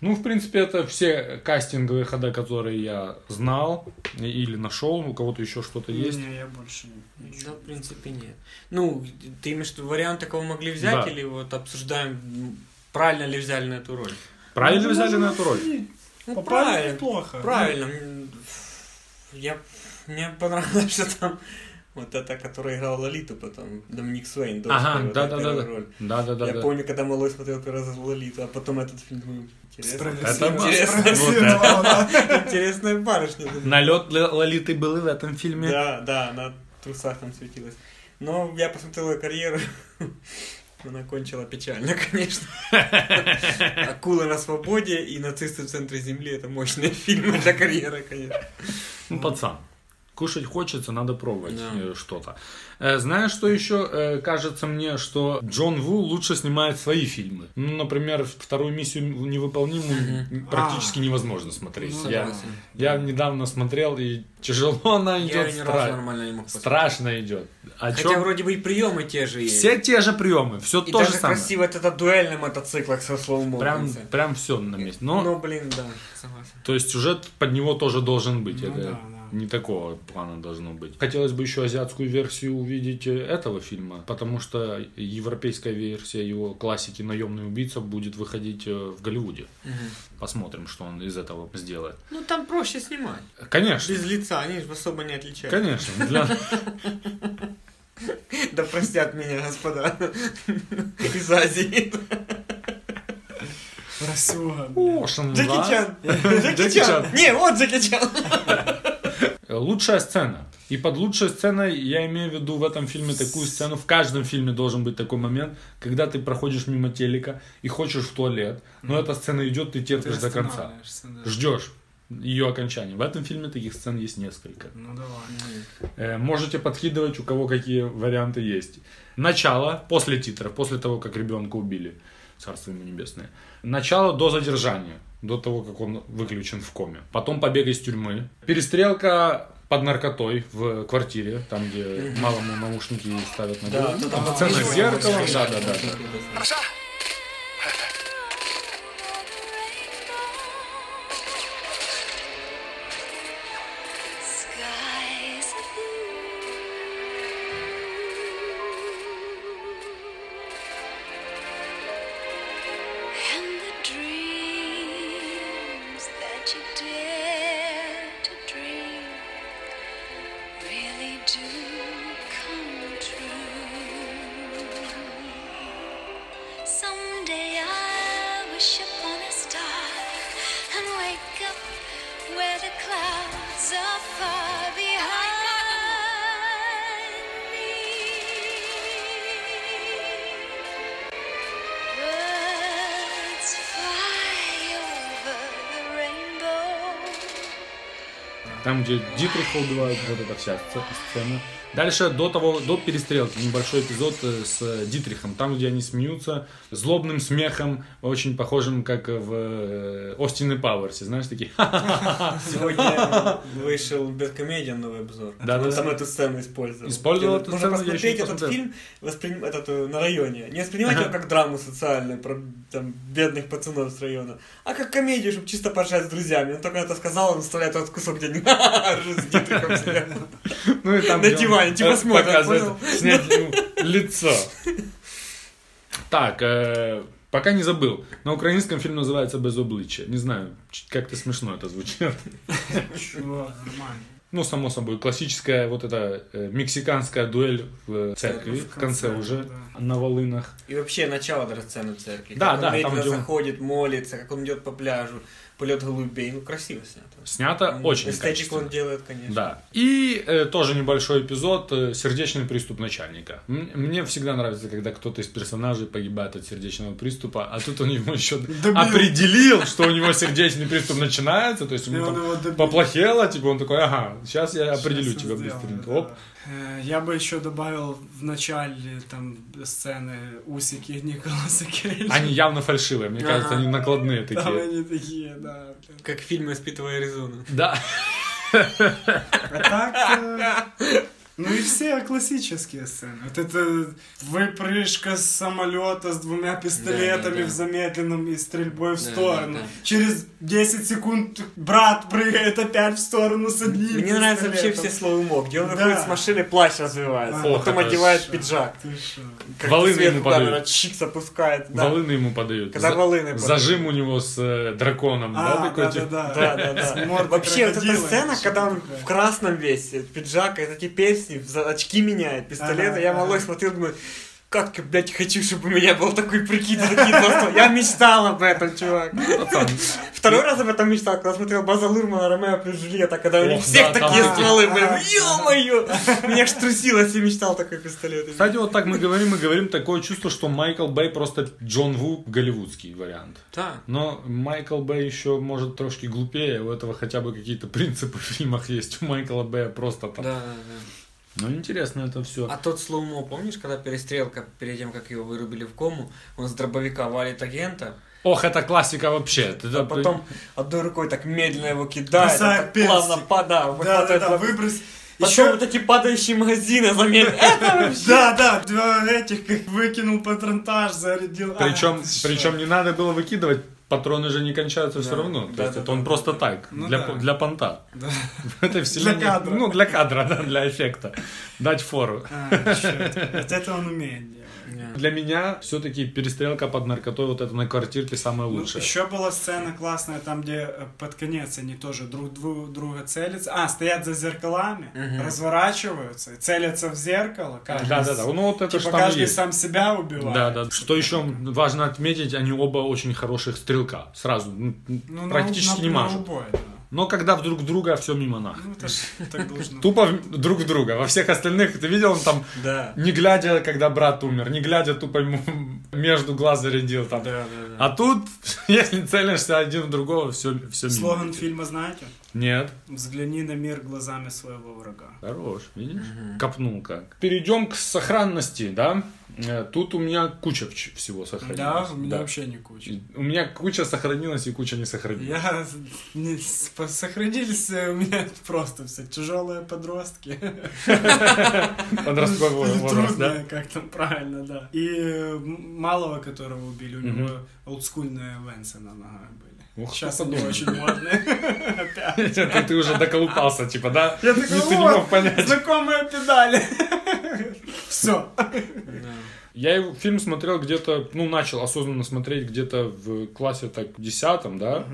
Speaker 3: Ну, в принципе, это все кастинговые хода, которые я знал и- или нашел. У кого-то еще что-то есть.
Speaker 4: Ну, Не, я больше не-
Speaker 2: Да,
Speaker 4: ничего.
Speaker 2: в принципе, нет. Ну, ты имеешь в виду вариант, такого могли взять,
Speaker 3: Да.
Speaker 2: или вот обсуждаем, м, правильно ли взяли на эту роль?
Speaker 3: Правильно
Speaker 4: Ну,
Speaker 3: взяли на
Speaker 4: можно
Speaker 3: эту роль?
Speaker 2: Ну,
Speaker 4: Попали
Speaker 2: правильно.
Speaker 4: неплохо.
Speaker 2: Правильно. М, Я, мне понравилось, [laughs] что там вот эта, которая играла Лолиту потом, Доминик Суэйн, дочь,
Speaker 3: Ага,
Speaker 2: которая
Speaker 3: да,
Speaker 2: там
Speaker 3: да,
Speaker 2: первую
Speaker 3: да, да.
Speaker 2: роль.
Speaker 3: Да, да, да.
Speaker 2: я
Speaker 3: да.
Speaker 2: помню, когда малой смотрел первый раз Лолиту, а потом этот фильм, думаю, интересно.
Speaker 3: Это
Speaker 4: Спрогрессировал,
Speaker 2: интересно.
Speaker 4: спрогрессировал, да.
Speaker 2: Интересная барышня. думаю.
Speaker 3: Налет Л- Лолиты был и в этом фильме.
Speaker 2: Да, да, она в трусах там светилась. Но я посмотрел ее карьеру. [laughs] Она кончила печально, [laughs]
Speaker 3: [laughs]
Speaker 2: конечно. Акулы на свободе и нацисты в центре земли это мощные фильмы для карьеры, конечно.
Speaker 3: Ну, пацан. Кушать хочется, надо пробовать
Speaker 2: Да.
Speaker 3: э, что-то. Э, Знаешь, что еще Э, кажется мне, что Джон Ву лучше снимает свои фильмы. Ну, например, вторую миссию невыполнимую
Speaker 2: А.
Speaker 3: практически невозможно смотреть.
Speaker 4: Ну,
Speaker 3: я,
Speaker 4: да.
Speaker 3: я недавно смотрел и тяжело [laughs] она идет.
Speaker 2: Я ни
Speaker 3: стра-
Speaker 2: разу нормально не мог посмотреть.
Speaker 3: Страшно идет. О
Speaker 2: Хотя
Speaker 3: чём?
Speaker 2: вроде бы и приемы те же есть.
Speaker 3: Все те же приемы, все
Speaker 2: И
Speaker 3: то же
Speaker 2: даже
Speaker 3: самое.
Speaker 2: красиво вот эта дуэль на мотоциклах со слоумом.
Speaker 3: Прям,
Speaker 2: в конце.
Speaker 3: прям все на месте. Но,
Speaker 2: Ну, блин, да, согласен.
Speaker 3: то есть сюжет под него тоже должен быть.
Speaker 4: Ну
Speaker 3: Это
Speaker 4: да, да.
Speaker 3: Не такого плана должно быть. Хотелось бы еще азиатскую версию увидеть э, этого фильма, потому что европейская версия его классики «Наемный убийца» будет выходить э, в Голливуде. Посмотрим, что он из этого сделает.
Speaker 2: Ну, там проще снимать.
Speaker 3: Конечно,
Speaker 2: Без лица, они же особо не отличаются.
Speaker 3: конечно. Для,
Speaker 2: Да простят меня, господа, [laughs] из Азии.
Speaker 4: Расюга, бля.
Speaker 3: Ocean
Speaker 2: Джеки
Speaker 3: 2.
Speaker 2: Чан. Джеки Чан. Не, вот Джеки Чан.
Speaker 3: Э, Лучшая сцена. И под лучшей сценой я имею в виду в этом фильме такую сцену. В каждом фильме должен быть такой момент, когда ты проходишь мимо телека и хочешь в туалет, но эта сцена идет, ты
Speaker 4: Ты
Speaker 3: терпишь до конца.
Speaker 4: останавливаешься, да.
Speaker 3: ждешь ее окончания. В этом фильме таких сцен есть несколько.
Speaker 4: Ну давай.
Speaker 3: Э, Можете подкидывать, у кого какие варианты есть. Начало после титра, после того, как ребенка убили, царство ему небесное. Начало до задержания, до того, как он выключен в коме. Потом побег из тюрьмы. Перестрелка под наркотой в квартире, там, где малому наушники ставят на голову. Ну, там сцена с зеркалом, да-да-да.
Speaker 1: Хорошо.
Speaker 6: Skies of blue. And the dreams that you dare to dream really do come true. Someday I'll wish upon a star and wake up where the clouds are far behind me. Birds fly over the rainbow.
Speaker 3: Там, где Дитриха убивают, вот эта вся сц- сцена. Дальше до того, до перестрелки, небольшой эпизод э, с Дитрихом, там, где они смеются, злобным смехом, очень похожим, как в э, Остине Пауэрсе, знаешь, такие,
Speaker 2: [laughs]
Speaker 3: [laughs]
Speaker 2: Сегодня вышел Бэткомедиан новый обзор.
Speaker 3: Да,
Speaker 2: Он
Speaker 3: да,
Speaker 2: там
Speaker 3: да.
Speaker 2: эту сцену использовал.
Speaker 3: Использовал
Speaker 2: Я-
Speaker 3: эту
Speaker 2: Можно
Speaker 3: сцену, я еще
Speaker 2: посмотреть
Speaker 3: не
Speaker 2: этот
Speaker 3: посмотрел.
Speaker 2: фильм восприним- этот, э, на районе. Не воспринимать его
Speaker 3: Ага.
Speaker 2: как драму социальную про там, бедных пацанов с района, а как комедию, чтобы чисто поржать с друзьями. Он только это сказал, он вставляет этот кусок [laughs] денег. Ржет с Дитрихом себя.
Speaker 3: ну и там
Speaker 2: На
Speaker 3: где он,
Speaker 2: диване, типа,
Speaker 3: э,
Speaker 2: смотрят,
Speaker 3: показывает,
Speaker 2: понял?
Speaker 3: снять ему лицо. Так, э, пока не забыл, на украинском фильм называется «Безобличие», не знаю, ч- как-то смешно это звучит.
Speaker 4: Чувак, нормально.
Speaker 3: Ну, само собой, классическая вот эта э, мексиканская дуэль в э, церкви, в конце уже, на волынах.
Speaker 2: И вообще начало даже сцены в церкви.
Speaker 3: Да,
Speaker 2: как
Speaker 3: да,
Speaker 2: он
Speaker 3: там,
Speaker 2: медленно
Speaker 3: где он-
Speaker 2: заходит, молится, как он идет по пляжу, полет голубей. Ну, красиво снято.
Speaker 3: Снято очень
Speaker 2: Эстетику
Speaker 3: качественно.
Speaker 2: он делает, конечно.
Speaker 3: Да. И э, тоже небольшой эпизод э, сердечный приступ начальника. М- Мне всегда нравится, когда кто-то из персонажей погибает от сердечного приступа, а тут он ему еще
Speaker 4: Добил.
Speaker 3: определил, что у него сердечный приступ начинается, то есть
Speaker 4: И
Speaker 3: ему
Speaker 4: он
Speaker 3: там
Speaker 4: его добил.
Speaker 3: поплохело, типа он такой, ага, сейчас я определю
Speaker 4: Сейчас
Speaker 3: тебя
Speaker 4: я сделаю,
Speaker 3: быстренько.
Speaker 4: да.
Speaker 3: Оп.
Speaker 4: Э, Я бы еще добавил в начале там сцены усики Николаса Кейджа.
Speaker 3: Они явно фальшивые, мне кажется,
Speaker 2: Ага.
Speaker 3: они накладные
Speaker 4: [laughs] Там
Speaker 3: такие.
Speaker 4: они такие, да. блин.
Speaker 2: Как в фильме «Испытывая Аризону».
Speaker 3: Да.
Speaker 4: А так... э, Ну и все классические сцены. Вот это выпрыжка с самолета с двумя пистолетами
Speaker 2: Да, да, да.
Speaker 4: в замедленном и стрельбой в
Speaker 2: Да,
Speaker 4: сторону.
Speaker 2: да, да.
Speaker 4: Через 10 секунд брат прыгает опять в сторону с одним
Speaker 2: Мне нравятся вообще
Speaker 4: пистолетом.
Speaker 2: все слоумо, где он
Speaker 4: Да. А.
Speaker 2: выходит с машины, плащ развивается,
Speaker 4: Ох,
Speaker 2: потом
Speaker 3: это э,
Speaker 2: одевает
Speaker 4: ж-
Speaker 2: пиджак.
Speaker 4: Ты шо?
Speaker 2: Как
Speaker 3: Волыны ему подают.
Speaker 2: чикс опускает. Да.
Speaker 3: Волыны ему подают.
Speaker 2: Когда волыны подают.
Speaker 3: Зажим у него с э, драконом, да,
Speaker 4: А,
Speaker 3: такой типа?
Speaker 4: да-да-да.
Speaker 2: Да, да, да.
Speaker 4: С мордой
Speaker 2: Вообще, вот эта
Speaker 4: крокодила,
Speaker 2: сцена,
Speaker 4: всё
Speaker 2: когда он
Speaker 4: такое.
Speaker 2: в красном весе, пиджак, это эти перси, за- очки меняет, пистолет,
Speaker 4: Ага,
Speaker 2: а я
Speaker 4: ага.
Speaker 2: малой смотрел, думаю, как я, блядь, хочу, чтобы у меня был такой прикид, такие просто. Я мечтал об этом, чувак.
Speaker 3: Пацан,
Speaker 2: Второй раз об этом мечтал, когда смотрел База Лурмана, Ромео плюс Джульетта, когда у
Speaker 3: Ох,
Speaker 2: них всех
Speaker 3: да, там
Speaker 2: такие
Speaker 3: такие-
Speaker 2: стволы были. Ё-моё! Меня ж трусилось, я мечтал такой пистолет. иметь.
Speaker 3: Кстати, вот так мы говорим и говорим, такое чувство, что Майкл Бэй просто Джон Ву голливудский вариант.
Speaker 2: Да.
Speaker 3: Но Майкл Бэй еще может трошки глупее, у этого хотя бы какие-то принципы в фильмах есть, у Майкла Бэя просто там.
Speaker 2: Да, да, да.
Speaker 3: Ну, интересно это все.
Speaker 2: А тот слоумо, помнишь, когда перестрелка, перед тем, как его вырубили в кому, он с дробовика валит агента,
Speaker 3: Ох, это классика вообще.
Speaker 2: а
Speaker 3: Это- это-
Speaker 2: потом одной рукой так медленно его кидает, а так
Speaker 4: Бросает
Speaker 2: плавно
Speaker 4: перстик.
Speaker 2: падает,
Speaker 4: Да, да,
Speaker 2: выхватывает
Speaker 4: да,
Speaker 2: его.
Speaker 4: выброс.
Speaker 2: Потом
Speaker 4: Еще
Speaker 2: вот эти падающие магазины [laughs] Э! заметили. Это вообще...
Speaker 4: [laughs] Да, да, два этих как выкинул патронтаж, зарядил. А,
Speaker 3: Причем,
Speaker 4: ты что?
Speaker 3: причем не надо было выкидывать, патроны же не кончаются все
Speaker 2: Да,
Speaker 3: равно. То
Speaker 2: да,
Speaker 3: есть
Speaker 2: да,
Speaker 3: это он
Speaker 2: да,
Speaker 3: просто так,
Speaker 4: Ну
Speaker 3: для,
Speaker 4: да.
Speaker 3: для понта. [laughs]
Speaker 4: Да.
Speaker 3: В этой вселенной.
Speaker 4: кадра.
Speaker 3: Ну, для кадра, да, для эффекта. Дать фору.
Speaker 4: А, чёрт, вот это он умеет делать.
Speaker 3: Для меня все-таки перестрелка под наркотой вот это на квартирке самое
Speaker 4: Ну,
Speaker 3: лучшее.
Speaker 4: еще была сцена классная, там, где э, под конец они тоже друг дву- друга целятся. А, стоят за зеркалами, разворачиваются, и целятся в зеркало. каждый
Speaker 3: Да,
Speaker 4: с-
Speaker 3: да, да. Ну вот это
Speaker 4: Типа
Speaker 3: же там
Speaker 4: каждый
Speaker 3: есть.
Speaker 4: сам себя убивает.
Speaker 3: Да, да. Что еще важно отметить, они оба очень хороших стрелка. Сразу. м, м,
Speaker 4: Ну, на-
Speaker 3: практически
Speaker 4: на-
Speaker 3: не
Speaker 4: на
Speaker 3: мажут.
Speaker 4: убой, да.
Speaker 3: Но когда вдруг друга, все мимо нах.
Speaker 4: Ну, это ж так
Speaker 3: [laughs]
Speaker 4: должно
Speaker 3: Тупо в- друг в друга. Во всех остальных, ты видел, он там,
Speaker 2: Да.
Speaker 3: не глядя, когда брат умер, не глядя, тупо ему между глаз зарядил там.
Speaker 2: Да, да, да.
Speaker 3: А тут, [laughs] если целишься один в другого, все, все мимо.
Speaker 4: Слоган фильма знаете?
Speaker 3: Нет.
Speaker 4: Взгляни на мир глазами своего врага.
Speaker 3: Хорош, видишь? Копнул как. Перейдем к сохранности, да? Э, Тут у меня куча вч- всего сохранилось.
Speaker 4: Да, у меня
Speaker 3: Да.
Speaker 4: вообще не куча.
Speaker 3: И У меня куча сохранилась и куча не сохранилась.
Speaker 4: Я не с- сохранились э, у меня [laughs] просто все тяжелые подростки.
Speaker 3: Ну,
Speaker 4: [laughs]
Speaker 3: Подростковый
Speaker 4: Или
Speaker 3: возраст, да? [laughs]
Speaker 4: трудные, как там правильно, да. И э, м- малого, которого убили, у
Speaker 3: Мгм.
Speaker 4: него олдскульные венсы на ногах были.
Speaker 3: Ух,
Speaker 4: Сейчас
Speaker 3: что
Speaker 4: они
Speaker 3: подумал.
Speaker 4: очень модные.
Speaker 3: [laughs]
Speaker 4: Опять.
Speaker 3: Это ты уже доколупался, типа, да?
Speaker 4: Я
Speaker 3: И
Speaker 4: такой,
Speaker 3: ты не мог
Speaker 4: вот,
Speaker 3: понять.
Speaker 4: знакомые педали. [laughs] Все.
Speaker 3: Я его фильм смотрел где-то, ну, начал осознанно смотреть где-то в классе так десятом, да?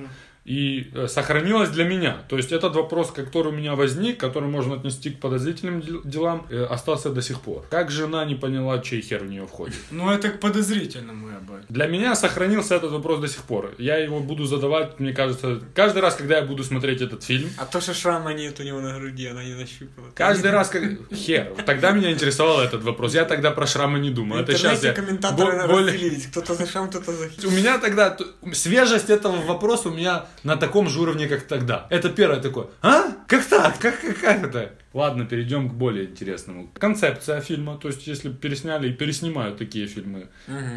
Speaker 3: И э, сохранилось для меня. То есть этот вопрос, который у меня возник, который можно отнести к подозрительным дел- делам, э, остался до сих пор. Как жена не поняла, чей хер у нее входит?
Speaker 4: Ну, это к подозрительному я бы.
Speaker 3: Для меня сохранился этот вопрос до сих пор. Я его буду задавать, мне кажется, каждый раз, когда я буду смотреть этот фильм.
Speaker 2: А то, что шрама нет у него на груди, она не нащупала.
Speaker 3: Каждый раз, как... Хер, тогда меня интересовал этот вопрос. Я тогда про шрамы не думал.
Speaker 2: В
Speaker 3: Это сейчас я...
Speaker 2: интернете комментаторы
Speaker 3: бо- более-
Speaker 2: разделились. Кто-то за шрам, кто-то за хит.
Speaker 3: У меня тогда... т- Свежесть этого вопроса у меня на таком же уровне, как тогда. Это первое такое. А? Как так? Как, как, как это? Ладно, перейдем к более интересному. Концепция фильма. То есть, если пересняли и переснимают такие фильмы,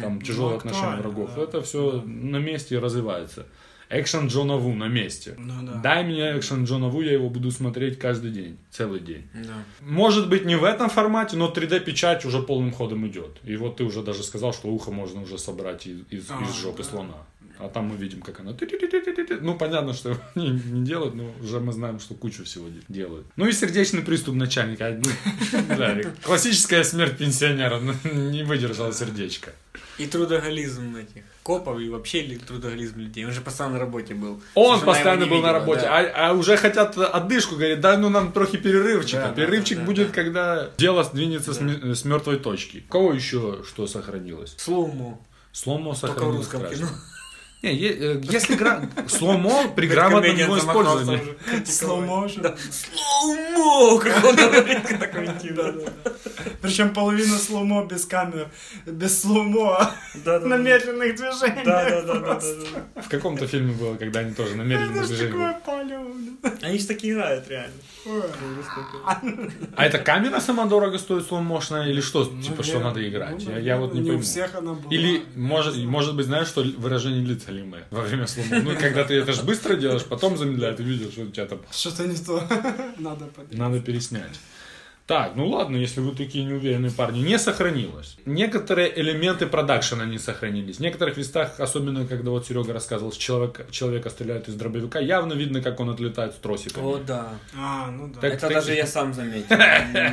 Speaker 3: там тяжелые
Speaker 4: Ну,
Speaker 3: отношения
Speaker 4: актуально,
Speaker 3: врагов,
Speaker 4: да.
Speaker 3: это все на месте и развивается. Экшен Джона Ву на месте.
Speaker 4: Ну да.
Speaker 3: Дай мне экшен Джона Ву, я его буду смотреть каждый день, целый день.
Speaker 2: Да.
Speaker 3: Может быть, не в этом формате, но 3D-печать уже полным ходом идет. И вот ты уже даже сказал, что ухо можно уже собрать из, из-
Speaker 4: А,
Speaker 3: из жопы
Speaker 4: да.
Speaker 3: слона. А там мы видим, как она... ты-ты-ты-ты-ты-ты. Ну, понятно, что [laughs] они не делают, но уже мы знаем, что кучу всего де- делают. Ну и сердечный приступ начальника. Ну, [laughs]
Speaker 4: [laughs]
Speaker 3: Да, классическая смерть пенсионера. [laughs] Не выдержала сердечко.
Speaker 2: И трудоголизм этих копов, и вообще ли трудоголизм людей. Он же постоянно на работе был.
Speaker 3: Он
Speaker 2: Жена
Speaker 3: постоянно
Speaker 2: его не
Speaker 3: был на
Speaker 2: видела,
Speaker 3: работе,
Speaker 2: да.
Speaker 3: а, а уже хотят отдышку, говорит, да, ну нам трохи перерывчика.
Speaker 2: Да, да,
Speaker 3: Перерывчик
Speaker 2: да, да,
Speaker 3: будет,
Speaker 2: да.
Speaker 3: когда дело сдвинется с, ми- с мертвой точки. У кого еще что сохранилось?
Speaker 2: Слоумо. Только
Speaker 3: Сломо
Speaker 2: в
Speaker 3: сохранилось.
Speaker 2: русском
Speaker 3: страшно.
Speaker 2: кино.
Speaker 3: Не, е- э, если гра... сломо при грамотном его использовании.
Speaker 4: Слоу-моушен.
Speaker 2: Слоумо, как он говорит, когда комментирует.
Speaker 4: Причем половина слоумо без камер, без слоумо,
Speaker 2: Да, да,
Speaker 4: на
Speaker 2: да.
Speaker 4: медленных движениях.
Speaker 2: Да, да, да, да,
Speaker 4: просто.
Speaker 2: да.
Speaker 3: В каком-то фильме было, когда они тоже намеренно
Speaker 4: Это ж такое
Speaker 3: движение.
Speaker 4: палево, блин.
Speaker 2: Они же такие играют, реально.
Speaker 4: Ой.
Speaker 3: А это камера сама дорого стоит сломошная или что? типа, что
Speaker 4: Наверное,
Speaker 3: надо играть?
Speaker 4: ну,
Speaker 3: я, я вот не,
Speaker 4: у
Speaker 3: пойму.
Speaker 4: всех она была.
Speaker 3: Или, может, может быть, знаешь, что ли- выражение лица аниме во время слома. Ну, когда ты это же быстро делаешь, потом замедляют и видят, что у тебя там
Speaker 4: Что-то не то. [laughs] Надо подумать.
Speaker 3: надо переснять. Так, ну ладно, если вы такие неуверенные парни, не сохранилось. Некоторые элементы продакшена не сохранились. В некоторых местах, особенно когда вот Серега рассказывал, с человека, человека стреляют из дробовика, явно видно, как он отлетает с тросиками.
Speaker 2: О, да.
Speaker 4: А, ну да.
Speaker 3: Так-
Speaker 2: Это даже я сам заметил,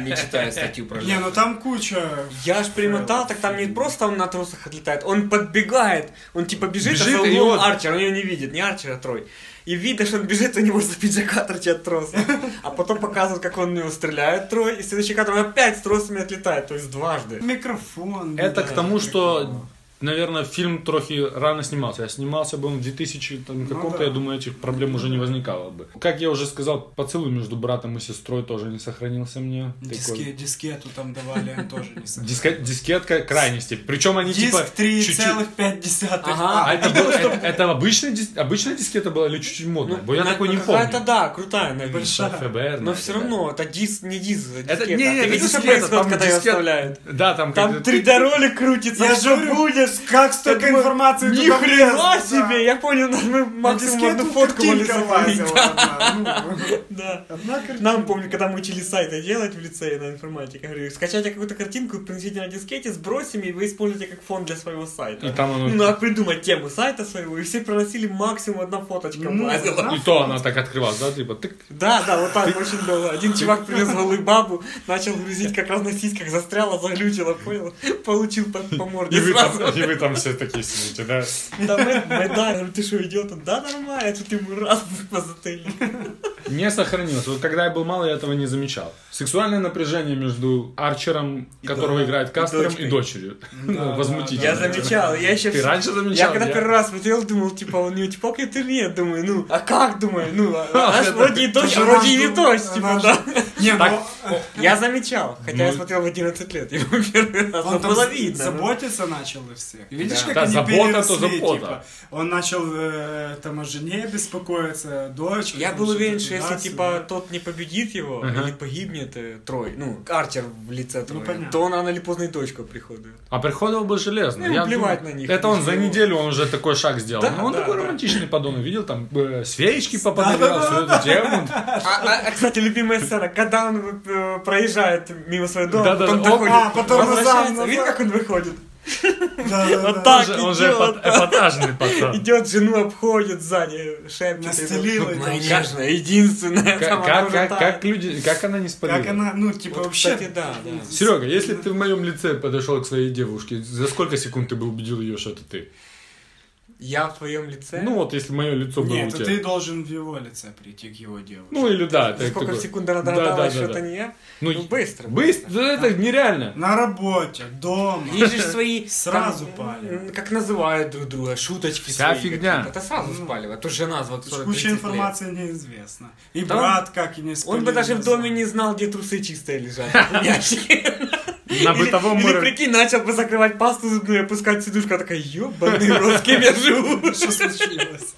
Speaker 2: не читая статью про
Speaker 4: Не, ну там куча...
Speaker 2: Я ж примотал, так там не просто он на тросах отлетает, он подбегает, он типа бежит,
Speaker 3: Бежит,
Speaker 2: а за
Speaker 3: и
Speaker 2: углом
Speaker 3: он-
Speaker 2: Арчер, он его не видит, не Арчер, а Трой. И видно, что он бежит, у него за пиджака торчат тросы. А потом показывают, как он на него стреляет, Трой, и следующий кадр он опять с тросами отлетает, то есть дважды.
Speaker 4: Микрофон.
Speaker 2: Ну
Speaker 3: Это
Speaker 4: да,
Speaker 3: к тому, что,
Speaker 4: микрофон.
Speaker 3: наверное, фильм трохи рано снимался. А снимался бы он в 2000 там,
Speaker 2: Ну
Speaker 3: каком-то,
Speaker 4: да.
Speaker 3: я думаю, этих проблем уже не возникало бы. Как я уже сказал, поцелуй между братом и сестрой тоже не сохранился мне.
Speaker 4: Диске,
Speaker 3: Такой-
Speaker 4: дискету там давали, тоже не сохранили.
Speaker 3: Диска- дискетка крайности. Причем они
Speaker 4: Диск
Speaker 3: типа чуть-чуть...
Speaker 4: 3,5.
Speaker 2: Ага. [laughs]
Speaker 3: А это, был- это- это обычная, дис- обычная дискета была или чуть-чуть модная? Бо я
Speaker 2: На-
Speaker 3: такой
Speaker 2: ну,
Speaker 3: не
Speaker 2: какая-то,
Speaker 3: помню.
Speaker 2: да, крутая, наверное.
Speaker 4: А, Большая.
Speaker 3: ФБР.
Speaker 2: Но
Speaker 3: наверное,
Speaker 2: все
Speaker 3: да.
Speaker 2: равно, это диск, не диск, это
Speaker 3: Это,
Speaker 2: дискета.
Speaker 3: не, не,
Speaker 2: Ты
Speaker 3: это
Speaker 2: видишь, что
Speaker 3: дискета,
Speaker 2: происходит,
Speaker 3: там
Speaker 2: когда ее
Speaker 3: дискет-
Speaker 2: оставляют?
Speaker 3: Да, там,
Speaker 2: Там
Speaker 3: как-то-
Speaker 2: 3D-ролик крутится,
Speaker 4: Я
Speaker 2: что
Speaker 4: же
Speaker 2: будет?
Speaker 4: Как столько
Speaker 2: думаю,
Speaker 4: информации
Speaker 2: Ни
Speaker 4: туда
Speaker 2: хрена
Speaker 4: влезло, да.
Speaker 2: себе! Я понял, мы
Speaker 4: На
Speaker 2: максимум
Speaker 4: дискету
Speaker 2: одну фотку могли
Speaker 4: картинка
Speaker 2: сохранить.
Speaker 4: [laughs] лазила одна, ну.
Speaker 2: Да.
Speaker 4: Одна картинка.
Speaker 2: Нам, помню, когда мы учили сайты делать в лицее на информатике, говорю, скачайте какую-то картинку, принесите на дискете, сбросим, и вы используете как фон для своего сайта.
Speaker 3: И там оно-
Speaker 2: Ну, надо придумать тему сайта своего, и все проносили максимум одна фоточка
Speaker 4: Ну,
Speaker 2: лазила.
Speaker 4: да.
Speaker 3: И то она так открывалась, да, типа тык,
Speaker 2: Да, да, вот так очень долго. Один чувак привез голую бабу, начал грузить как раз на сиськах, застряла, заглючила, понял? Получил по, по морде
Speaker 3: и вы,
Speaker 2: сразу.
Speaker 3: там, и вы там все такие сидите, да?
Speaker 2: Да, мы- мы, да, я говорю, ты что, идиот? Он, да, нормально, я тут ему раз по затыльнику.
Speaker 3: Не сохранилось. Вот когда я был мал, я этого не замечал. Сексуальное напряжение между Арчером, которого
Speaker 2: да.
Speaker 3: играет
Speaker 2: И
Speaker 3: Кастером, и
Speaker 2: дочкой.
Speaker 3: дочерью. [laughs] Ну,
Speaker 4: да,
Speaker 3: Возмутительно.
Speaker 2: Я замечал, я еще...
Speaker 3: Ты раньше
Speaker 2: Я
Speaker 3: замечал?
Speaker 2: когда
Speaker 3: Я-
Speaker 2: первый раз смотрел, думал, типа, он не типа, как это нет, думаю, ну, а как, думаю, ну, а,
Speaker 3: А,
Speaker 2: знаешь,
Speaker 3: это-
Speaker 2: вроде и дочь, а
Speaker 4: Она
Speaker 2: вроде и не
Speaker 4: жду-
Speaker 2: дочь,
Speaker 4: она
Speaker 2: типа,
Speaker 4: жду-
Speaker 2: да.
Speaker 4: Не,
Speaker 3: Так,
Speaker 4: ну,
Speaker 2: Я замечал, хотя я
Speaker 3: Ну,
Speaker 2: смотрел в 11 лет, его [laughs] первый раз, но
Speaker 4: Он там
Speaker 2: было
Speaker 4: з-
Speaker 2: видно.
Speaker 4: заботиться начал и всех. Видишь,
Speaker 2: Да.
Speaker 4: как
Speaker 3: Да,
Speaker 4: они
Speaker 3: забота, то
Speaker 4: переросли,
Speaker 3: забота.
Speaker 4: типа, он начал э, там о жене беспокоиться, дочь.
Speaker 2: Я был уверен, что если,
Speaker 4: [laughs]
Speaker 2: типа, тот не победит его,
Speaker 3: Ага.
Speaker 2: или погибнет э, Трой, ну, Арчер в лице Троя,
Speaker 4: понятно.
Speaker 2: то он рано или поздно и дочка приходит.
Speaker 3: А приходил бы железно.
Speaker 2: Ну, ему
Speaker 3: Я
Speaker 2: плевать
Speaker 3: думаю,
Speaker 2: на них,
Speaker 3: Это он за
Speaker 2: ничего.
Speaker 3: неделю он уже такой шаг сделал.
Speaker 2: Да,
Speaker 3: Ну, он
Speaker 2: да,
Speaker 3: такой
Speaker 2: да.
Speaker 3: романтичный подон. Видел там э, свечки попадали, всю эту тему.
Speaker 2: А, а- а, кстати, любимая сцена, когда он э, проезжает мимо своего дома,
Speaker 3: Да-да-да,
Speaker 2: потом
Speaker 3: оп.
Speaker 2: доходит,
Speaker 4: А, потом назад,
Speaker 2: возвращается,
Speaker 4: назад.
Speaker 2: видно, как он выходит?
Speaker 4: вот
Speaker 2: вот так.
Speaker 3: Он же- Он же
Speaker 2: идиот.
Speaker 3: эпат- эпатажный
Speaker 2: [laughs]
Speaker 3: пацан.
Speaker 2: Идет, жену обходит сзади, шепчет.
Speaker 4: Настелила
Speaker 2: Ну,
Speaker 4: это
Speaker 2: Конечно, единственная.
Speaker 3: Как-
Speaker 2: там она
Speaker 3: Как
Speaker 2: уже
Speaker 3: как-
Speaker 2: тает.
Speaker 3: как люди, как она не
Speaker 4: Как
Speaker 3: спалила?
Speaker 4: она, ну, типа,
Speaker 2: Вот,
Speaker 4: вообще...
Speaker 2: кстати, да, да.
Speaker 3: Серега, если ты в моем лице подошел к своей девушке, за сколько секунд ты бы убедил ее, что это ты?
Speaker 2: Я в твоем лице?
Speaker 3: Ну вот, если мое лицо
Speaker 2: ну
Speaker 3: было у
Speaker 4: Нет, это ну, ты
Speaker 3: тебя.
Speaker 4: должен в его лице прийти к его девушке.
Speaker 3: Ну или да, ты
Speaker 2: Сколько
Speaker 3: такой.
Speaker 2: секунд она
Speaker 3: Да,
Speaker 2: догадалась,
Speaker 3: да, да,
Speaker 2: что это
Speaker 3: да.
Speaker 2: не я?
Speaker 3: Ну,
Speaker 2: Ну, быстро.
Speaker 3: Быстро, да это нереально.
Speaker 4: [laughs] На работе, дома.
Speaker 2: Есть же [laughs] свои...
Speaker 4: Сразу
Speaker 2: там,
Speaker 4: палят.
Speaker 2: м, Как называют друг друга, шуточки
Speaker 3: Вся
Speaker 2: свои
Speaker 3: фигня.
Speaker 2: какие-то. Это сразу спаливает. Тут жена звонит
Speaker 4: Тут
Speaker 2: 40-30
Speaker 4: Куча
Speaker 2: лет.
Speaker 4: информации неизвестна. И
Speaker 2: Да
Speaker 4: брат как и не спалил,
Speaker 2: Он бы даже
Speaker 4: не
Speaker 2: в доме
Speaker 4: знаю.
Speaker 2: не знал, где трусы чистые [laughs] лежат. понимаешь?
Speaker 3: На
Speaker 2: Или-
Speaker 3: бытовом
Speaker 2: Или,
Speaker 3: уровне.
Speaker 2: прикинь, начал бы закрывать пасту зубную, опускать сидушка, такая, ёбаный в рот, с кем я
Speaker 3: [laughs]
Speaker 2: живу?
Speaker 4: Что случилось?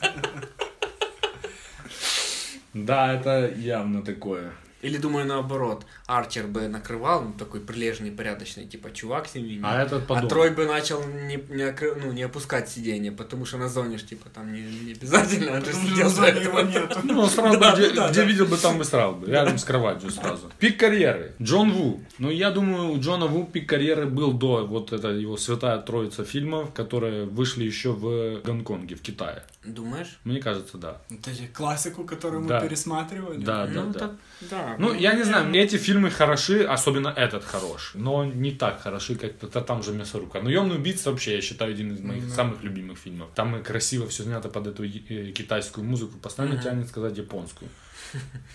Speaker 3: Да, это явно такое.
Speaker 2: [laughs] Или, думаю, наоборот, Арчер бы накрывал, ну, такой прилежный, порядочный, типа, чувак семейный.
Speaker 3: А этот подумал.
Speaker 2: Трой бы начал не, не окры- ну, не опускать сиденье, потому что на зоне ж, типа, там не, не обязательно, он же
Speaker 4: Потому что
Speaker 2: сидел
Speaker 4: на
Speaker 2: до
Speaker 4: зоне
Speaker 2: этого.
Speaker 4: его нету.
Speaker 3: Ну, он сразу,
Speaker 2: Да,
Speaker 3: где,
Speaker 2: да,
Speaker 3: где
Speaker 2: да.
Speaker 3: видел бы, там бы сразу бы. Рядом с кроватью сразу. Пик карьеры. Джон Ву. Ну, я думаю, у Джона Ву пик карьеры был до вот это его святая троица фильмов, которые вышли еще в Гонконге, в Китае.
Speaker 2: Думаешь?
Speaker 3: Мне кажется, да.
Speaker 4: Вот эти классику, которую мы
Speaker 3: Да.
Speaker 4: пересматривали.
Speaker 3: Да, да,
Speaker 2: ну,
Speaker 3: да.
Speaker 2: так, да.
Speaker 3: Ну, я не знаю, мне эти фильмы хороши, особенно этот хорош, но не так хороши, как та там же мясорука. Но «Ёмный убийца» вообще, я считаю, один из моих самых любимых фильмов. Там и красиво все снято под эту э, китайскую музыку, постоянно тянет
Speaker 2: [laughs]
Speaker 3: сказать японскую.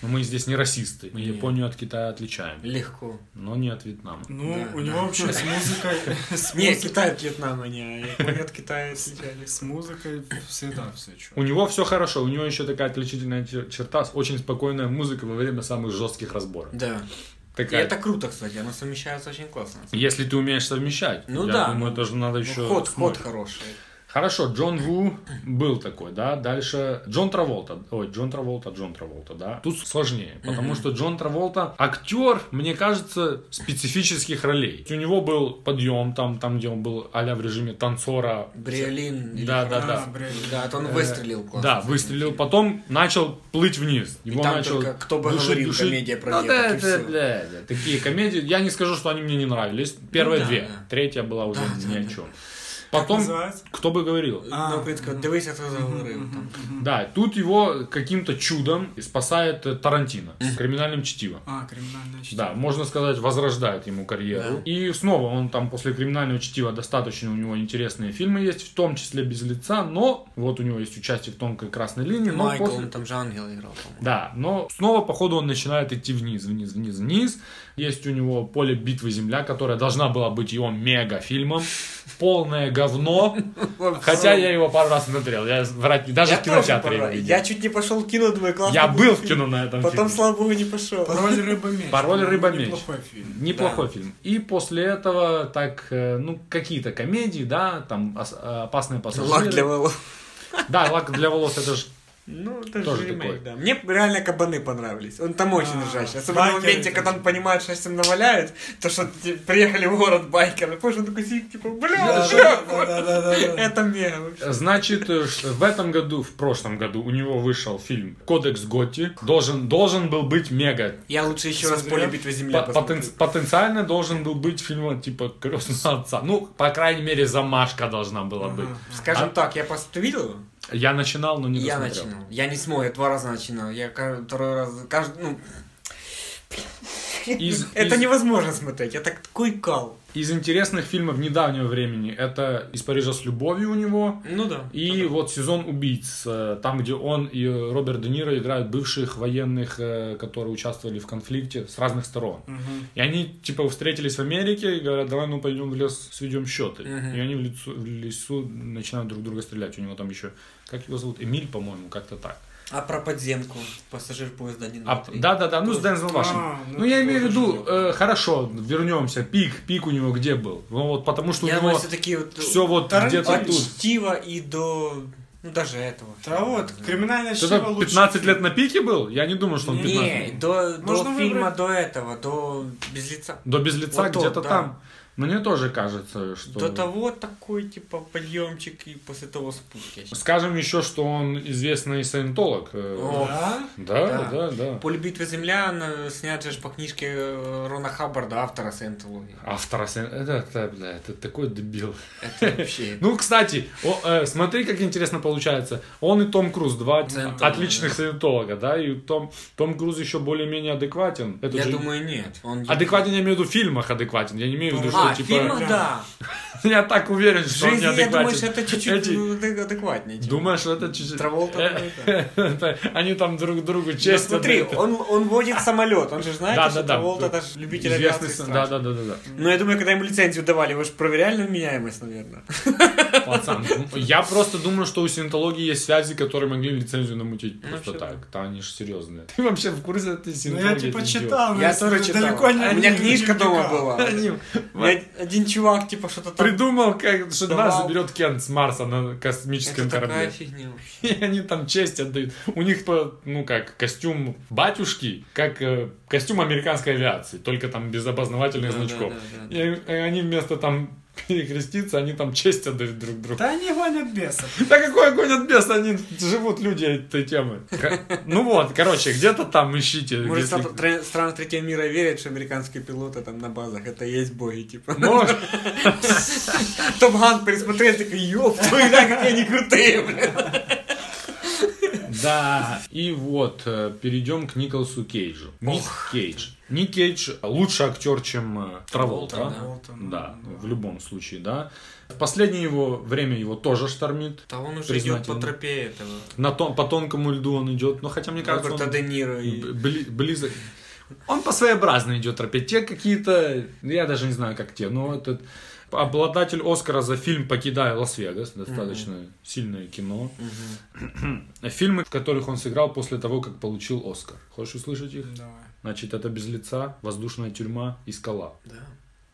Speaker 3: Но мы здесь не расисты, мы
Speaker 2: Нет.
Speaker 3: Японию от Китая отличаем,
Speaker 2: Легко.
Speaker 3: но не от Вьетнама.
Speaker 4: Ну,
Speaker 2: Да.
Speaker 4: у него вообще
Speaker 2: [laughs]
Speaker 4: с музыкой... с
Speaker 2: Не,
Speaker 4: музыкой-
Speaker 2: Китай от
Speaker 3: а
Speaker 2: Вьетнама, не, Япония от Китая отличались.
Speaker 4: С музыкой всегда все чё.
Speaker 3: У него все хорошо, у него еще такая отличительная чер- черта, очень спокойная музыка во время самых жестких разборов.
Speaker 2: Да. И
Speaker 3: Такая,
Speaker 2: это круто, кстати, оно совмещается очень классно.
Speaker 3: если ты умеешь совмещать,
Speaker 2: Ну
Speaker 3: я
Speaker 2: да.
Speaker 3: думаю, тоже надо
Speaker 2: Ну,
Speaker 3: еще...
Speaker 2: ход, ход хороший.
Speaker 3: Хорошо, Джон Ву был такой, да. Дальше Джон Траволта. Ой, Джон Траволта, Джон Траволта, да. Тут сложнее, потому что Джон Траволта актер, мне кажется, специфических ролей. У него был подъем там, там где он был а в режиме танцора.
Speaker 2: Бриолин. или
Speaker 3: Да, да,
Speaker 2: как-
Speaker 3: да. Э,
Speaker 4: А, блядь.
Speaker 2: Да, это он выстрелил классно.
Speaker 3: Да, выстрелил, потом начал плыть вниз.
Speaker 2: И
Speaker 3: Его
Speaker 2: там
Speaker 3: начал
Speaker 2: только «Кто бы говорил», комедия про
Speaker 3: Ну
Speaker 2: деток,
Speaker 3: да,
Speaker 2: и
Speaker 3: это,
Speaker 2: всё.
Speaker 3: бля, да, такие комедии. Я не скажу, что они мне не нравились. Первые
Speaker 2: Ну да,
Speaker 3: две.
Speaker 2: да.
Speaker 3: Третья была уже
Speaker 2: Да,
Speaker 3: ни
Speaker 2: да,
Speaker 3: о
Speaker 2: да.
Speaker 3: чем. Потом,
Speaker 4: называется?
Speaker 3: кто бы говорил?
Speaker 4: А,
Speaker 2: На украинском «Дивись, я це заговорив». там.
Speaker 3: Да, тут его каким-то чудом спасает э, Тарантино с криминальным чтивом.
Speaker 4: А, криминальное чтиво.
Speaker 3: Да, можно сказать, возрождает ему карьеру. И снова он там после криминального чтива достаточно у него интересные фильмы есть, в том числе без лица, но вот у него есть участие в тонкой красной линии, но
Speaker 2: Майкл,
Speaker 3: Ну, после...
Speaker 2: он там же ангел играл, по-моему.
Speaker 3: Да, но снова, походу, он начинает идти вниз, вниз, вниз, вниз. Есть у него поле битвы Земля, которая должна была быть его
Speaker 2: [laughs]
Speaker 3: мега-фильмом. Полное говно. Хотя я его пару раз смотрел. Я врать не- даже
Speaker 2: Ну, Я
Speaker 3: в
Speaker 2: тоже
Speaker 3: кинотеатре его
Speaker 2: пора-
Speaker 3: видел.
Speaker 2: Я чуть не пошел в кино, думаю, классно.
Speaker 3: Я был в
Speaker 2: фильм.
Speaker 3: кино на этом
Speaker 2: Потом,
Speaker 3: фильме.
Speaker 2: слава богу, не пошел.
Speaker 4: Пароль рыба-меч.
Speaker 3: Пароль
Speaker 4: Ну,
Speaker 3: рыба-меч.
Speaker 4: Неплохой фильм.
Speaker 3: Неплохой
Speaker 2: Да.
Speaker 3: фильм. И после этого так, э, ну, какие-то комедии, да, там ос- э, опасные пассажиры.
Speaker 2: Лак для волос.
Speaker 3: Да, лак для волос, это же
Speaker 2: Ну, это
Speaker 3: Тоже
Speaker 2: же ремейк,
Speaker 3: такой.
Speaker 2: да. Мне реально кабаны понравились. Он там очень
Speaker 4: А,
Speaker 2: ржачий. Особенно в
Speaker 4: байкеры
Speaker 2: моменте,
Speaker 4: там.
Speaker 2: когда он понимает, что всем наваляют, то что ти- приехали в город байкеры. Позже он такой сидит, типа, бля, бля,
Speaker 4: Да-да-да.
Speaker 2: это мега вообще.
Speaker 3: Значит, э, ш- в этом году, в прошлом году у него вышел фильм «Кодекс Готти». Должен, должен был быть мега.
Speaker 2: Я лучше еще раз
Speaker 4: Смотрел?
Speaker 2: поле битвы земля
Speaker 3: По- потен- потенциально должен был быть фильм типа «Крестного отца». Ну, по крайней мере, замашка должна была быть.
Speaker 2: Скажем
Speaker 3: А-
Speaker 2: так, я пос... Ты видел его?
Speaker 3: Я начинал, но не
Speaker 2: Я
Speaker 3: досмотрел.
Speaker 2: начинал. Я не смог, я два раза начинал. Я ка- второй раз... Каждый, ну,
Speaker 3: Из-
Speaker 2: [laughs] это
Speaker 3: из-
Speaker 2: невозможно смотреть. Я так такой кал.
Speaker 3: Из интересных фильмов недавнего времени это «Из Парижа с любовью» у него.
Speaker 2: Ну да.
Speaker 3: И вот «Сезон убийц», э, там, где он и э, Роберт Де Ниро играют бывших военных, э, которые участвовали в конфликте с разных сторон. И они, типа, встретились в Америке и говорят, давай, ну, пойдем в лес, сведем счеты.
Speaker 2: Мгм.
Speaker 3: И они в, лицу- в лесу начинают друг друга стрелять. У него там еще, как его зовут? Эмиль, по-моему, как-то так.
Speaker 2: А про подземку. Пассажир поезда 1,
Speaker 3: А,
Speaker 2: 2, 3.
Speaker 3: Да-да-да, ну, с
Speaker 2: Тоже.
Speaker 3: Дензелом Вашингтоном.
Speaker 4: А,
Speaker 3: ну,
Speaker 4: ну,
Speaker 3: я
Speaker 4: тоже
Speaker 3: имею в виду,
Speaker 4: же.
Speaker 3: э, хорошо, вернемся, пик, пик у него где был? Ну, вот потому что
Speaker 2: Я
Speaker 3: у него
Speaker 2: думаю, все-таки вот...
Speaker 3: все вот
Speaker 4: Тарантино.
Speaker 3: где-то
Speaker 2: От
Speaker 3: тут.
Speaker 2: чтива и до... Ну, даже этого. Э,
Speaker 4: Да вот, криминальное чтиво
Speaker 3: э, Что-то
Speaker 4: лучше.
Speaker 3: 15 лет на пике был? Я не думаю, что он 15
Speaker 2: Не, до, до
Speaker 4: Можно
Speaker 2: фильма,
Speaker 4: выбрать.
Speaker 2: до этого, до «Без лица».
Speaker 3: До без лица
Speaker 2: Вот тот,
Speaker 3: где-то
Speaker 2: да.
Speaker 3: там. Мне тоже кажется, что...
Speaker 2: До того такой, типа, подъемчик и после того спуск. я считаю.
Speaker 3: Скажем еще, что он известный саентолог. Э,
Speaker 2: О,
Speaker 4: Да?
Speaker 3: Да, да,
Speaker 2: да.
Speaker 3: да.
Speaker 2: Поле битвы земля она снята же по книжке э, Рона Хаббарда, автора саентологии.
Speaker 3: Автор саен- это, это, бля, это такой дебил. [laughs]
Speaker 2: Это вообще...
Speaker 3: Ну, кстати, о, э, смотри, как интересно получается. Он и Том Круз, два
Speaker 2: Саентолога,
Speaker 3: отличных саентолога, да, и Том, Том Круз еще более-менее адекватен. Это
Speaker 2: Я
Speaker 3: же-
Speaker 2: думаю, нет. Он...
Speaker 3: Адекватен я имею в виду в фильмах адекватен, я не имею в виду, что
Speaker 2: А, в
Speaker 3: типа...
Speaker 2: фильмах, да.
Speaker 3: [laughs] Я так уверен,
Speaker 2: В
Speaker 3: что он
Speaker 2: жизни, я
Speaker 3: неадекватен.
Speaker 2: думаю, что это чуть-чуть
Speaker 3: Эти- Э,
Speaker 2: ну, адек- адекватнее. чем
Speaker 3: Думаешь, это чуть-чуть...
Speaker 2: Траволта, думаю, да.
Speaker 3: [laughs] Это- Они там друг другу
Speaker 2: Ну,
Speaker 3: честь
Speaker 2: смотри,
Speaker 3: отдают.
Speaker 2: он, он водит самолет, он же знает,
Speaker 3: Да,
Speaker 2: что
Speaker 3: да, да.
Speaker 2: Траволта это ж любитель
Speaker 3: Известный
Speaker 2: авиации Ну,
Speaker 3: сын.
Speaker 2: страшно.
Speaker 3: [laughs] Да, да, да, да.
Speaker 2: Но я думаю, когда ему лицензию давали, вы же проверяли на вменяемость, наверное.
Speaker 3: да. Пацан, ну, я просто думаю, что у синтологии есть связи, которые могли лицензию намутить просто
Speaker 2: вообще
Speaker 3: так. Да, они же серьезные. Ну, Ты вообще в курсе ты
Speaker 4: Ну
Speaker 3: синтологии?
Speaker 4: я типа
Speaker 3: это не
Speaker 4: читал, но
Speaker 2: Я
Speaker 4: это [laughs]
Speaker 2: тоже читал.
Speaker 4: далеко не
Speaker 2: А у меня
Speaker 4: не
Speaker 2: книжка дома [laughs]
Speaker 4: Википедия.
Speaker 2: была. У меня Один чувак, типа, что-то
Speaker 3: делал.
Speaker 2: там...
Speaker 3: Придумал, как, что
Speaker 2: Давал.
Speaker 3: нас заберет Кент с Марса на космическом
Speaker 2: Это такая
Speaker 3: корабле. [laughs]
Speaker 2: фигня вообще.
Speaker 3: И они там честь отдают. У них, по- ну как, костюм батюшки, как э, костюм американской авиации, только там без опознавательных значков.
Speaker 2: да, да,
Speaker 3: И э, они вместо там [laughs] перекреститься, они там честь отдают друг другу.
Speaker 4: Да они гонят бесов.
Speaker 3: Да какой огонь от беса, они живут люди этой темы. Ко- Ну вот, короче, где-то там ищите.
Speaker 2: Может,
Speaker 3: если- [laughs]
Speaker 2: ста- тре- страны третьего мира верят, что американские пилоты там на базах, это и есть боги, типа. [laughs]
Speaker 3: [laughs] Может,
Speaker 2: Том Ганс пересмотрел, такой, ёб, твою, да, какие они крутые, блин.
Speaker 3: Да. И вот, э, перейдем к Николсу Кейджу. Ник Кейдж. Ник Кейдж лучше актер, чем э, Траволта.
Speaker 4: Траволта, ну,
Speaker 3: Да, в любом случае, да. В последнее его время его тоже штормит.
Speaker 2: Да он уже идет
Speaker 3: Признательно.
Speaker 2: по тропе этого.
Speaker 3: На тон- по тонкому льду он идет. Ну, хотя мне кажется,
Speaker 2: Роберта
Speaker 3: он
Speaker 2: Де Ниро и...
Speaker 3: б- бли- близок. Он по своеобразно идет тропе. Те какие-то, я даже не знаю, как те, но этот обладатель Оскара за фильм «Покидая Лас-Вегас», достаточно сильное кино. Фильмы, в которых он сыграл после того, как получил Оскар. Хочешь услышать их?
Speaker 4: [laughs] Давай.
Speaker 3: Значит, это «Без лица», «Воздушная тюрьма» и «Скала».
Speaker 2: Да.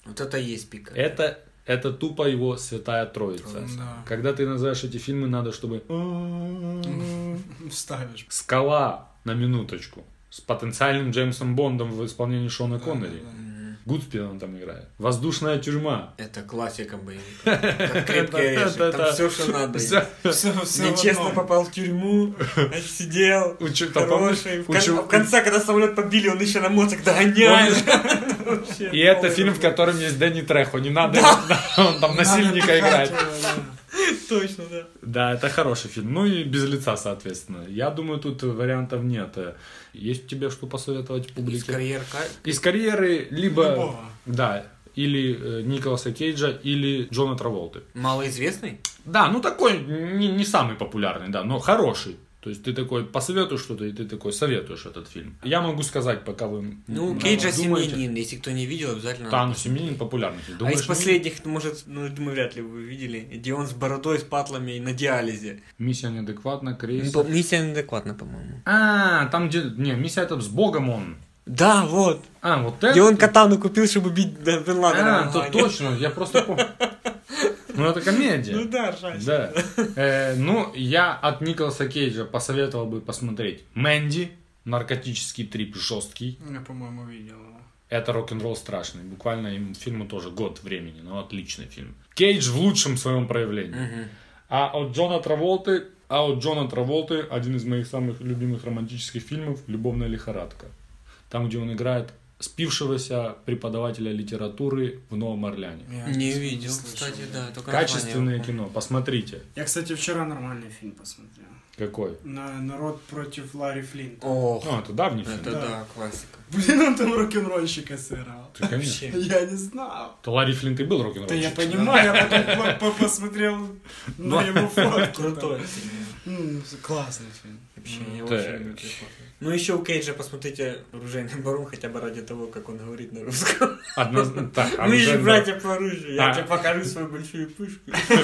Speaker 2: Вот это и есть пика.
Speaker 3: Это, это тупо его святая троица.
Speaker 4: Да.
Speaker 3: Когда ты называешь эти фильмы, надо, чтобы...
Speaker 4: Ну, Вставишь.
Speaker 3: «Скала» на минуточку с потенциальным Джеймсом Бондом в исполнении Шона Коннери. Гудспин он там играет. Воздушная тюрьма.
Speaker 2: Это классика [laughs] боевика. Как крепкий
Speaker 3: Да,
Speaker 2: орешек.
Speaker 3: да,
Speaker 2: Там все, что надо.
Speaker 3: Всё.
Speaker 4: Все, все
Speaker 2: Нечестно попал в тюрьму, отсидел,
Speaker 3: Учу- там, помнишь,
Speaker 2: Ну, хороший. В
Speaker 3: учу-
Speaker 2: кон- в конце, когда самолет побили, он еще на мотик догоняет.
Speaker 3: И это фильм, в котором есть Дэнни Трехо. Не надо, [laughs] он там насильника играет.
Speaker 2: Точно, да.
Speaker 3: Да, это хороший фильм. Ну и без лица, соответственно. Я думаю, тут вариантов нет. Есть тебе что посоветовать
Speaker 2: Из
Speaker 3: публике?
Speaker 2: карьер ка-
Speaker 3: Из карьеры либо...
Speaker 4: Любого.
Speaker 3: Да, или э, Николаса Кейджа, или Джона Траволты.
Speaker 2: малоизвестный.
Speaker 3: Да, ну такой не, не самый популярный, да, но хороший. То есть ты такой посоветуешь что-то, и ты такой советуешь этот фильм. Я могу сказать, пока вы...
Speaker 2: Ну,
Speaker 3: м,
Speaker 2: Кейджа
Speaker 3: думаете.
Speaker 2: Семенин, если кто не видел, обязательно.
Speaker 3: Да, ну Семенин популярный фильм.
Speaker 2: А
Speaker 3: Думаешь,
Speaker 2: из последних, ну, может, ну, думаю, вряд ли вы видели, где он с бородой, с патлами и на диализе.
Speaker 3: ну, Миссия неадекватна, Крейс.
Speaker 2: Миссия неадекватна, по-моему.
Speaker 3: А, там где... Не, миссия это с Богом он.
Speaker 2: Да, вот.
Speaker 3: А, вот это...
Speaker 2: Где он катану купил, чтобы бить да, Бен Ладена.
Speaker 3: А,
Speaker 2: в
Speaker 3: то
Speaker 2: Афгане.
Speaker 3: точно, я просто помню. Ну, это комедия.
Speaker 4: Ну да, ржать.
Speaker 3: Да. Э, ну, я от Николаса Кейджа посоветовал бы посмотреть Мэнди, наркотический трип жесткий.
Speaker 4: Я, по-моему, видел его.
Speaker 3: Это рок-н-ролл страшный. Буквально ему фильму тоже год времени, но отличный фильм. Кейдж в лучшем своем проявлении. А от Джона Траволты, а от Джона Траволты один из моих самых любимых романтических фильмов «Любовная лихорадка». Там, где он играет спившегося преподавателя литературы в Новом Орлеане.
Speaker 4: Я
Speaker 2: Не
Speaker 4: слышал.
Speaker 2: видел, кстати, да. Только
Speaker 3: Качественное
Speaker 2: название.
Speaker 3: кино, посмотрите.
Speaker 4: Я, кстати, вчера нормальный фильм посмотрел.
Speaker 3: Какой?
Speaker 4: На народ против Ларри Флинта.
Speaker 2: Ох,
Speaker 3: Ну, это давний фильм.
Speaker 2: это
Speaker 4: Да.
Speaker 2: да, классика.
Speaker 4: Блин, он там рок-н-ролльщика сыграл.
Speaker 3: Ты, конечно.
Speaker 4: Я не знал.
Speaker 3: То Ларри Флинт и был рок н
Speaker 4: Да я понимаю, я потом по- по- посмотрел на его фотку.
Speaker 2: Крутой.
Speaker 4: там. М, Классный фильм.
Speaker 2: Вообще, я
Speaker 3: Ну,
Speaker 2: очень
Speaker 3: так.
Speaker 2: люблю этот фильм. Ну, еще у Кейджа посмотрите «Оружейный барон», хотя бы ради того, как он говорит на русском. [laughs] Мы же братья по оружию, я
Speaker 3: А.
Speaker 2: тебе покажу свою большую пушку.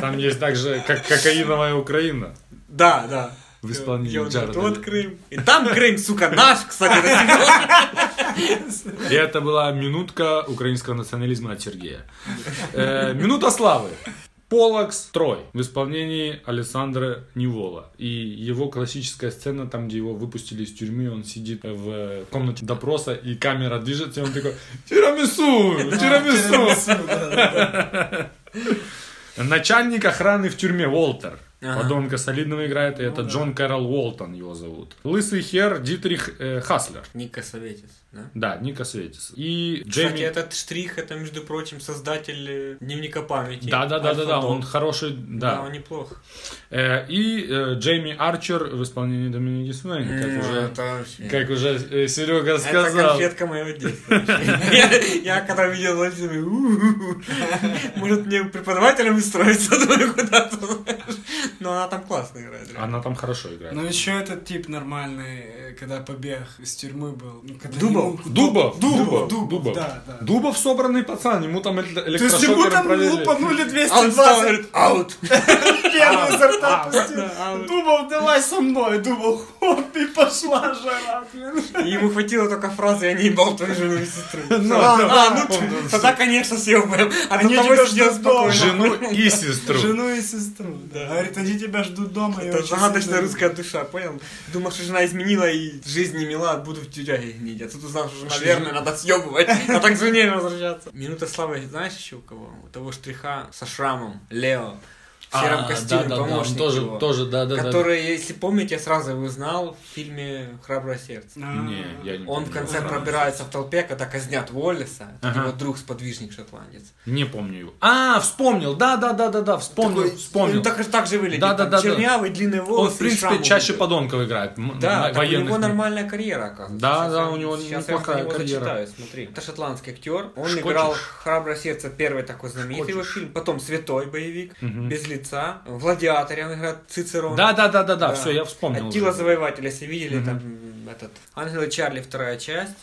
Speaker 3: Там есть также как кокаиновая Украина
Speaker 2: Да, да.
Speaker 3: в исполнении
Speaker 2: Где он говорит,
Speaker 3: Джареда
Speaker 2: Вот
Speaker 3: Лето».
Speaker 2: Крым. И там Крым, сука, наш, кстати. до сих пор.
Speaker 3: И это была минутка украинского национализма от Сергея. Э, минута славы. Полокс Трой в исполнении Александра Невола. И его классическая сцена, там, где его выпустили из тюрьмы, он сидит в комнате допроса, и камера движется, и он такой «Тирамису! Тирамису!» Начальник охраны в тюрьме Уолтер.
Speaker 2: Ага. Ну
Speaker 3: Подонка солидного играет, и это Джон Кэрол Уолтон его зовут. Лысый хер Дитрих э, Хаслер.
Speaker 2: Ника Советис, да?
Speaker 3: Да, Ника Светис. И
Speaker 2: Кстати,
Speaker 3: Джейми...
Speaker 2: этот штрих, это, между прочим, создатель э, дневника памяти.
Speaker 3: Да, да, да, да, да,
Speaker 2: Альфа-Дом.
Speaker 3: он хороший,
Speaker 2: Да,
Speaker 3: да.
Speaker 2: он неплох.
Speaker 3: Э, и э, Джейми Арчер в исполнении Доминики Суэйн,
Speaker 2: Ну,
Speaker 3: как уже, как уже э, Серега
Speaker 2: Это
Speaker 3: сказал.
Speaker 2: конфетка моего детства. [laughs] Я- Я когда видел Вальдина, «У-у-у, может мне преподавателем устроиться Думаю, куда-то, знаешь, Но она там классно играет. реально.
Speaker 3: Она там хорошо играет.
Speaker 4: Но Ну, еще этот тип нормальный, э, когда побег из тюрьмы был. ну, когда
Speaker 2: Дубов.
Speaker 4: ему-
Speaker 3: Дубов,
Speaker 4: Дубов,
Speaker 3: Дубов,
Speaker 4: Дубов,
Speaker 3: Дубов.
Speaker 4: да, да.
Speaker 3: Дубов собранный пацан, ему там эле-
Speaker 4: То есть ему
Speaker 3: электрошокером
Speaker 4: там
Speaker 3: провели.
Speaker 4: лупанули
Speaker 2: А он встал и
Speaker 4: 220
Speaker 2: говорит, аут.
Speaker 4: первый изо рта пустил.
Speaker 2: аут.
Speaker 4: Дубов, давай со мной. Дубов, хоп, и пошла жара. блин.
Speaker 2: И ему хватило только фразы, я не ебал твою жену и сестру.
Speaker 4: А,
Speaker 2: А, ну ты- тогда, конечно, съел бы. А
Speaker 4: Они
Speaker 2: то
Speaker 4: тебя
Speaker 2: того сидел
Speaker 4: ждут дома.
Speaker 2: спокойно.
Speaker 3: Жену и сестру.
Speaker 4: Жену и сестру. Да. Говорит, они тебя ждут дома. я
Speaker 2: Это
Speaker 4: очень
Speaker 2: загадочная
Speaker 4: сильно-
Speaker 2: русская душа, понял? Думал, что жена изменила и жизнь не мила, буду в тюряге гнить. А тут узнал, что жена
Speaker 3: Что
Speaker 2: верная,
Speaker 3: жена-
Speaker 2: надо
Speaker 3: [laughs]
Speaker 2: съебывать, а так к жене возвращаться. Минута славы, знаешь еще у кого? У того штриха со шрамом, Лео. В сером
Speaker 3: А,
Speaker 2: костюме,
Speaker 3: да-да-да, он
Speaker 2: помощник
Speaker 3: тоже-
Speaker 2: его,
Speaker 3: тоже, да-да-да.
Speaker 2: Который, если помните, я сразу его узнал в фильме «Храброе сердце».
Speaker 4: А.
Speaker 3: Не, я не
Speaker 2: Он в
Speaker 3: помню.
Speaker 2: конце пробирается в толпе, когда казнят Уоллеса, это его друг-сподвижник шотландец.
Speaker 3: Не помню его. А, вспомнил, да, да, да, да, да, вспомнил, вспомнил.
Speaker 2: Ну, так, же- так же выглядит.
Speaker 3: Да, да,
Speaker 2: там
Speaker 3: да, да.
Speaker 2: чернявый, длинные
Speaker 3: Он,
Speaker 2: волосы.
Speaker 3: в
Speaker 2: и
Speaker 3: принципе,
Speaker 2: шрам
Speaker 3: чаще
Speaker 2: убитый.
Speaker 3: подонков играет. м,
Speaker 2: Да,
Speaker 3: на
Speaker 2: так у
Speaker 3: военных.
Speaker 2: него нормальная карьера, оказывается.
Speaker 3: Да,
Speaker 2: Сейчас
Speaker 3: да,
Speaker 2: я-
Speaker 3: у него
Speaker 2: сейчас
Speaker 3: неплохая
Speaker 2: я про него
Speaker 3: карьера.
Speaker 2: зачитаю, смотри. Это шотландский актер. Он
Speaker 3: Шкотиш.
Speaker 2: играл «Храброе сердце», первый такой знаменитый его
Speaker 3: Шкотиш.
Speaker 2: фильм. Потом «Святой боевик», «Без лица», «В «Гладиаторе» он играет Цицерон.
Speaker 3: Да, да, да, да, да, все, я вспомнил.
Speaker 2: Аттила
Speaker 3: уже.
Speaker 2: Завоеватель, если видели, там м, этот Ангелы Чарли, вторая часть,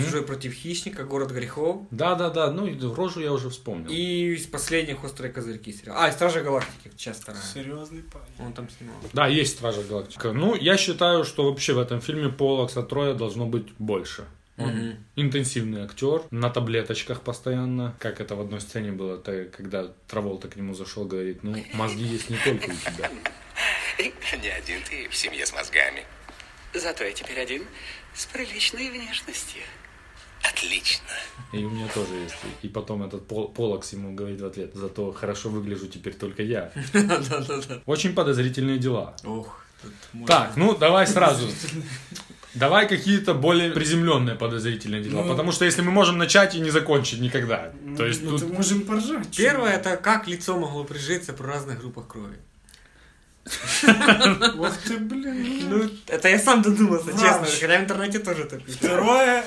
Speaker 2: Чужой против хищника, Город грехов.
Speaker 3: Да, да, да, ну и рожу я уже вспомнил.
Speaker 2: И из последних острые козырьки сериал. А, и Стражи Галактики, часть вторая.
Speaker 4: Серьезный парень.
Speaker 2: Он там снимал.
Speaker 3: Да, есть Стражи Галактика. Ну, я считаю, что вообще в этом фильме Пола Троя должно быть больше. Он интенсивный актер, на таблеточках постоянно. Как это в одной сцене было, та- когда Траволта к нему зашел, говорит, ну, мозги есть не только у тебя.
Speaker 5: Не один ты в семье с мозгами. Зато я теперь один с приличной внешностью. Отлично.
Speaker 3: И у меня тоже есть. И потом этот Пол- Полокс ему говорит в ответ, зато хорошо выгляжу теперь только я. Очень подозрительные дела.
Speaker 2: Ох, тут можно.
Speaker 3: Так, ну давай сразу.
Speaker 4: [laughs]
Speaker 3: Давай какие-то более приземленные подозрительные дела.
Speaker 4: Ну.
Speaker 3: потому что если мы можем начать и не закончить никогда. То есть
Speaker 4: Ну,
Speaker 3: тут...
Speaker 4: ты можем поржать. чё?
Speaker 2: Первое это как лицо могло прижиться при разных группах крови.
Speaker 4: Ох ты, блин.
Speaker 2: Ну, это я сам додумался,
Speaker 4: Врач.
Speaker 2: честно. Хотя в интернете тоже так пишут.
Speaker 4: Второе.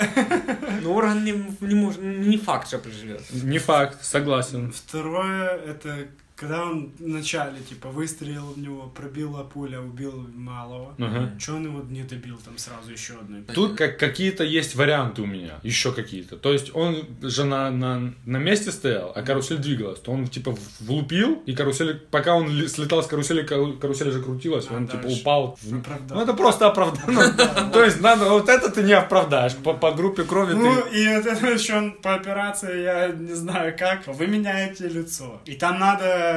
Speaker 2: Но орган не, не может, не факт, что приживется.
Speaker 3: Не факт, согласен.
Speaker 4: Второе, это когда он вначале, типа, выстрелил в него, пробила пуля, убил малого.
Speaker 3: Мгм.
Speaker 4: Че он его не добил там сразу еще одной?
Speaker 3: Тут как какие-то есть варианты у меня, еще какие-то. То есть он же на, на, на месте стоял, а карусель двигалась. То он типа в- влупил, и карусель, пока он ли- слетал с карусели, кару- карусель же крутилась,
Speaker 4: А,
Speaker 3: он
Speaker 4: дальше.
Speaker 3: типа упал. в-
Speaker 4: Оправдал.
Speaker 3: Ну это просто
Speaker 4: [laughs]
Speaker 3: оправдано. То есть надо, вот это ты не оправдаешь. По, по группе крови
Speaker 4: Ну,
Speaker 3: ты...
Speaker 4: и вот это [laughs] еще он по операции, я не знаю как, вы меняете лицо. И там надо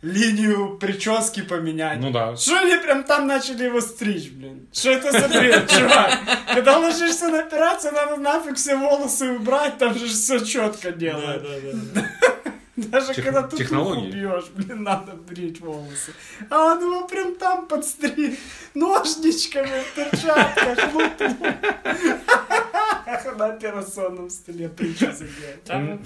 Speaker 4: линию прически поменять.
Speaker 3: Ну да.
Speaker 4: Что они прям там начали его стричь, блин? Что это за бред, [laughs] чувак? Когда ложишься на операцию, надо нафиг все волосы убрать, там же все четко делают. [laughs] Даже
Speaker 3: Тех-
Speaker 4: когда ты
Speaker 3: технологии.
Speaker 4: бьешь, блин, надо брить волосы. А он его прям там подстриг ножничками, в перчатках, лупнул. [laughs] На операционном столе причасы делает. Там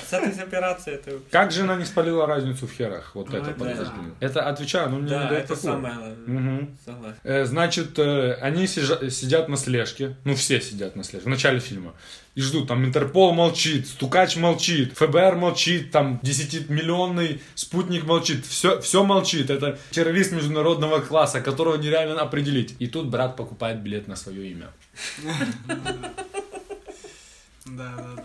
Speaker 2: Кстати, с операцией это...
Speaker 3: Как жена не спалила разницу в херах? Вот
Speaker 4: Ну,
Speaker 3: это
Speaker 4: это
Speaker 3: подозрительно. Это отвечаю, но мне не
Speaker 2: Да,
Speaker 3: дает
Speaker 2: это
Speaker 3: покоя.
Speaker 2: самое главное.
Speaker 3: Мгм.
Speaker 2: Согласен.
Speaker 3: Э, Значит, э, они сижа- сидят на слежке, ну все сидят на слежке, в начале фильма, и ждут, там Интерпол молчит, Стукач молчит, ФБР молчит, там 10-миллионный спутник молчит, все, все молчит, это террорист международного класса, которого нереально определить. И тут брат покупает билет на свое имя.
Speaker 4: Да, да,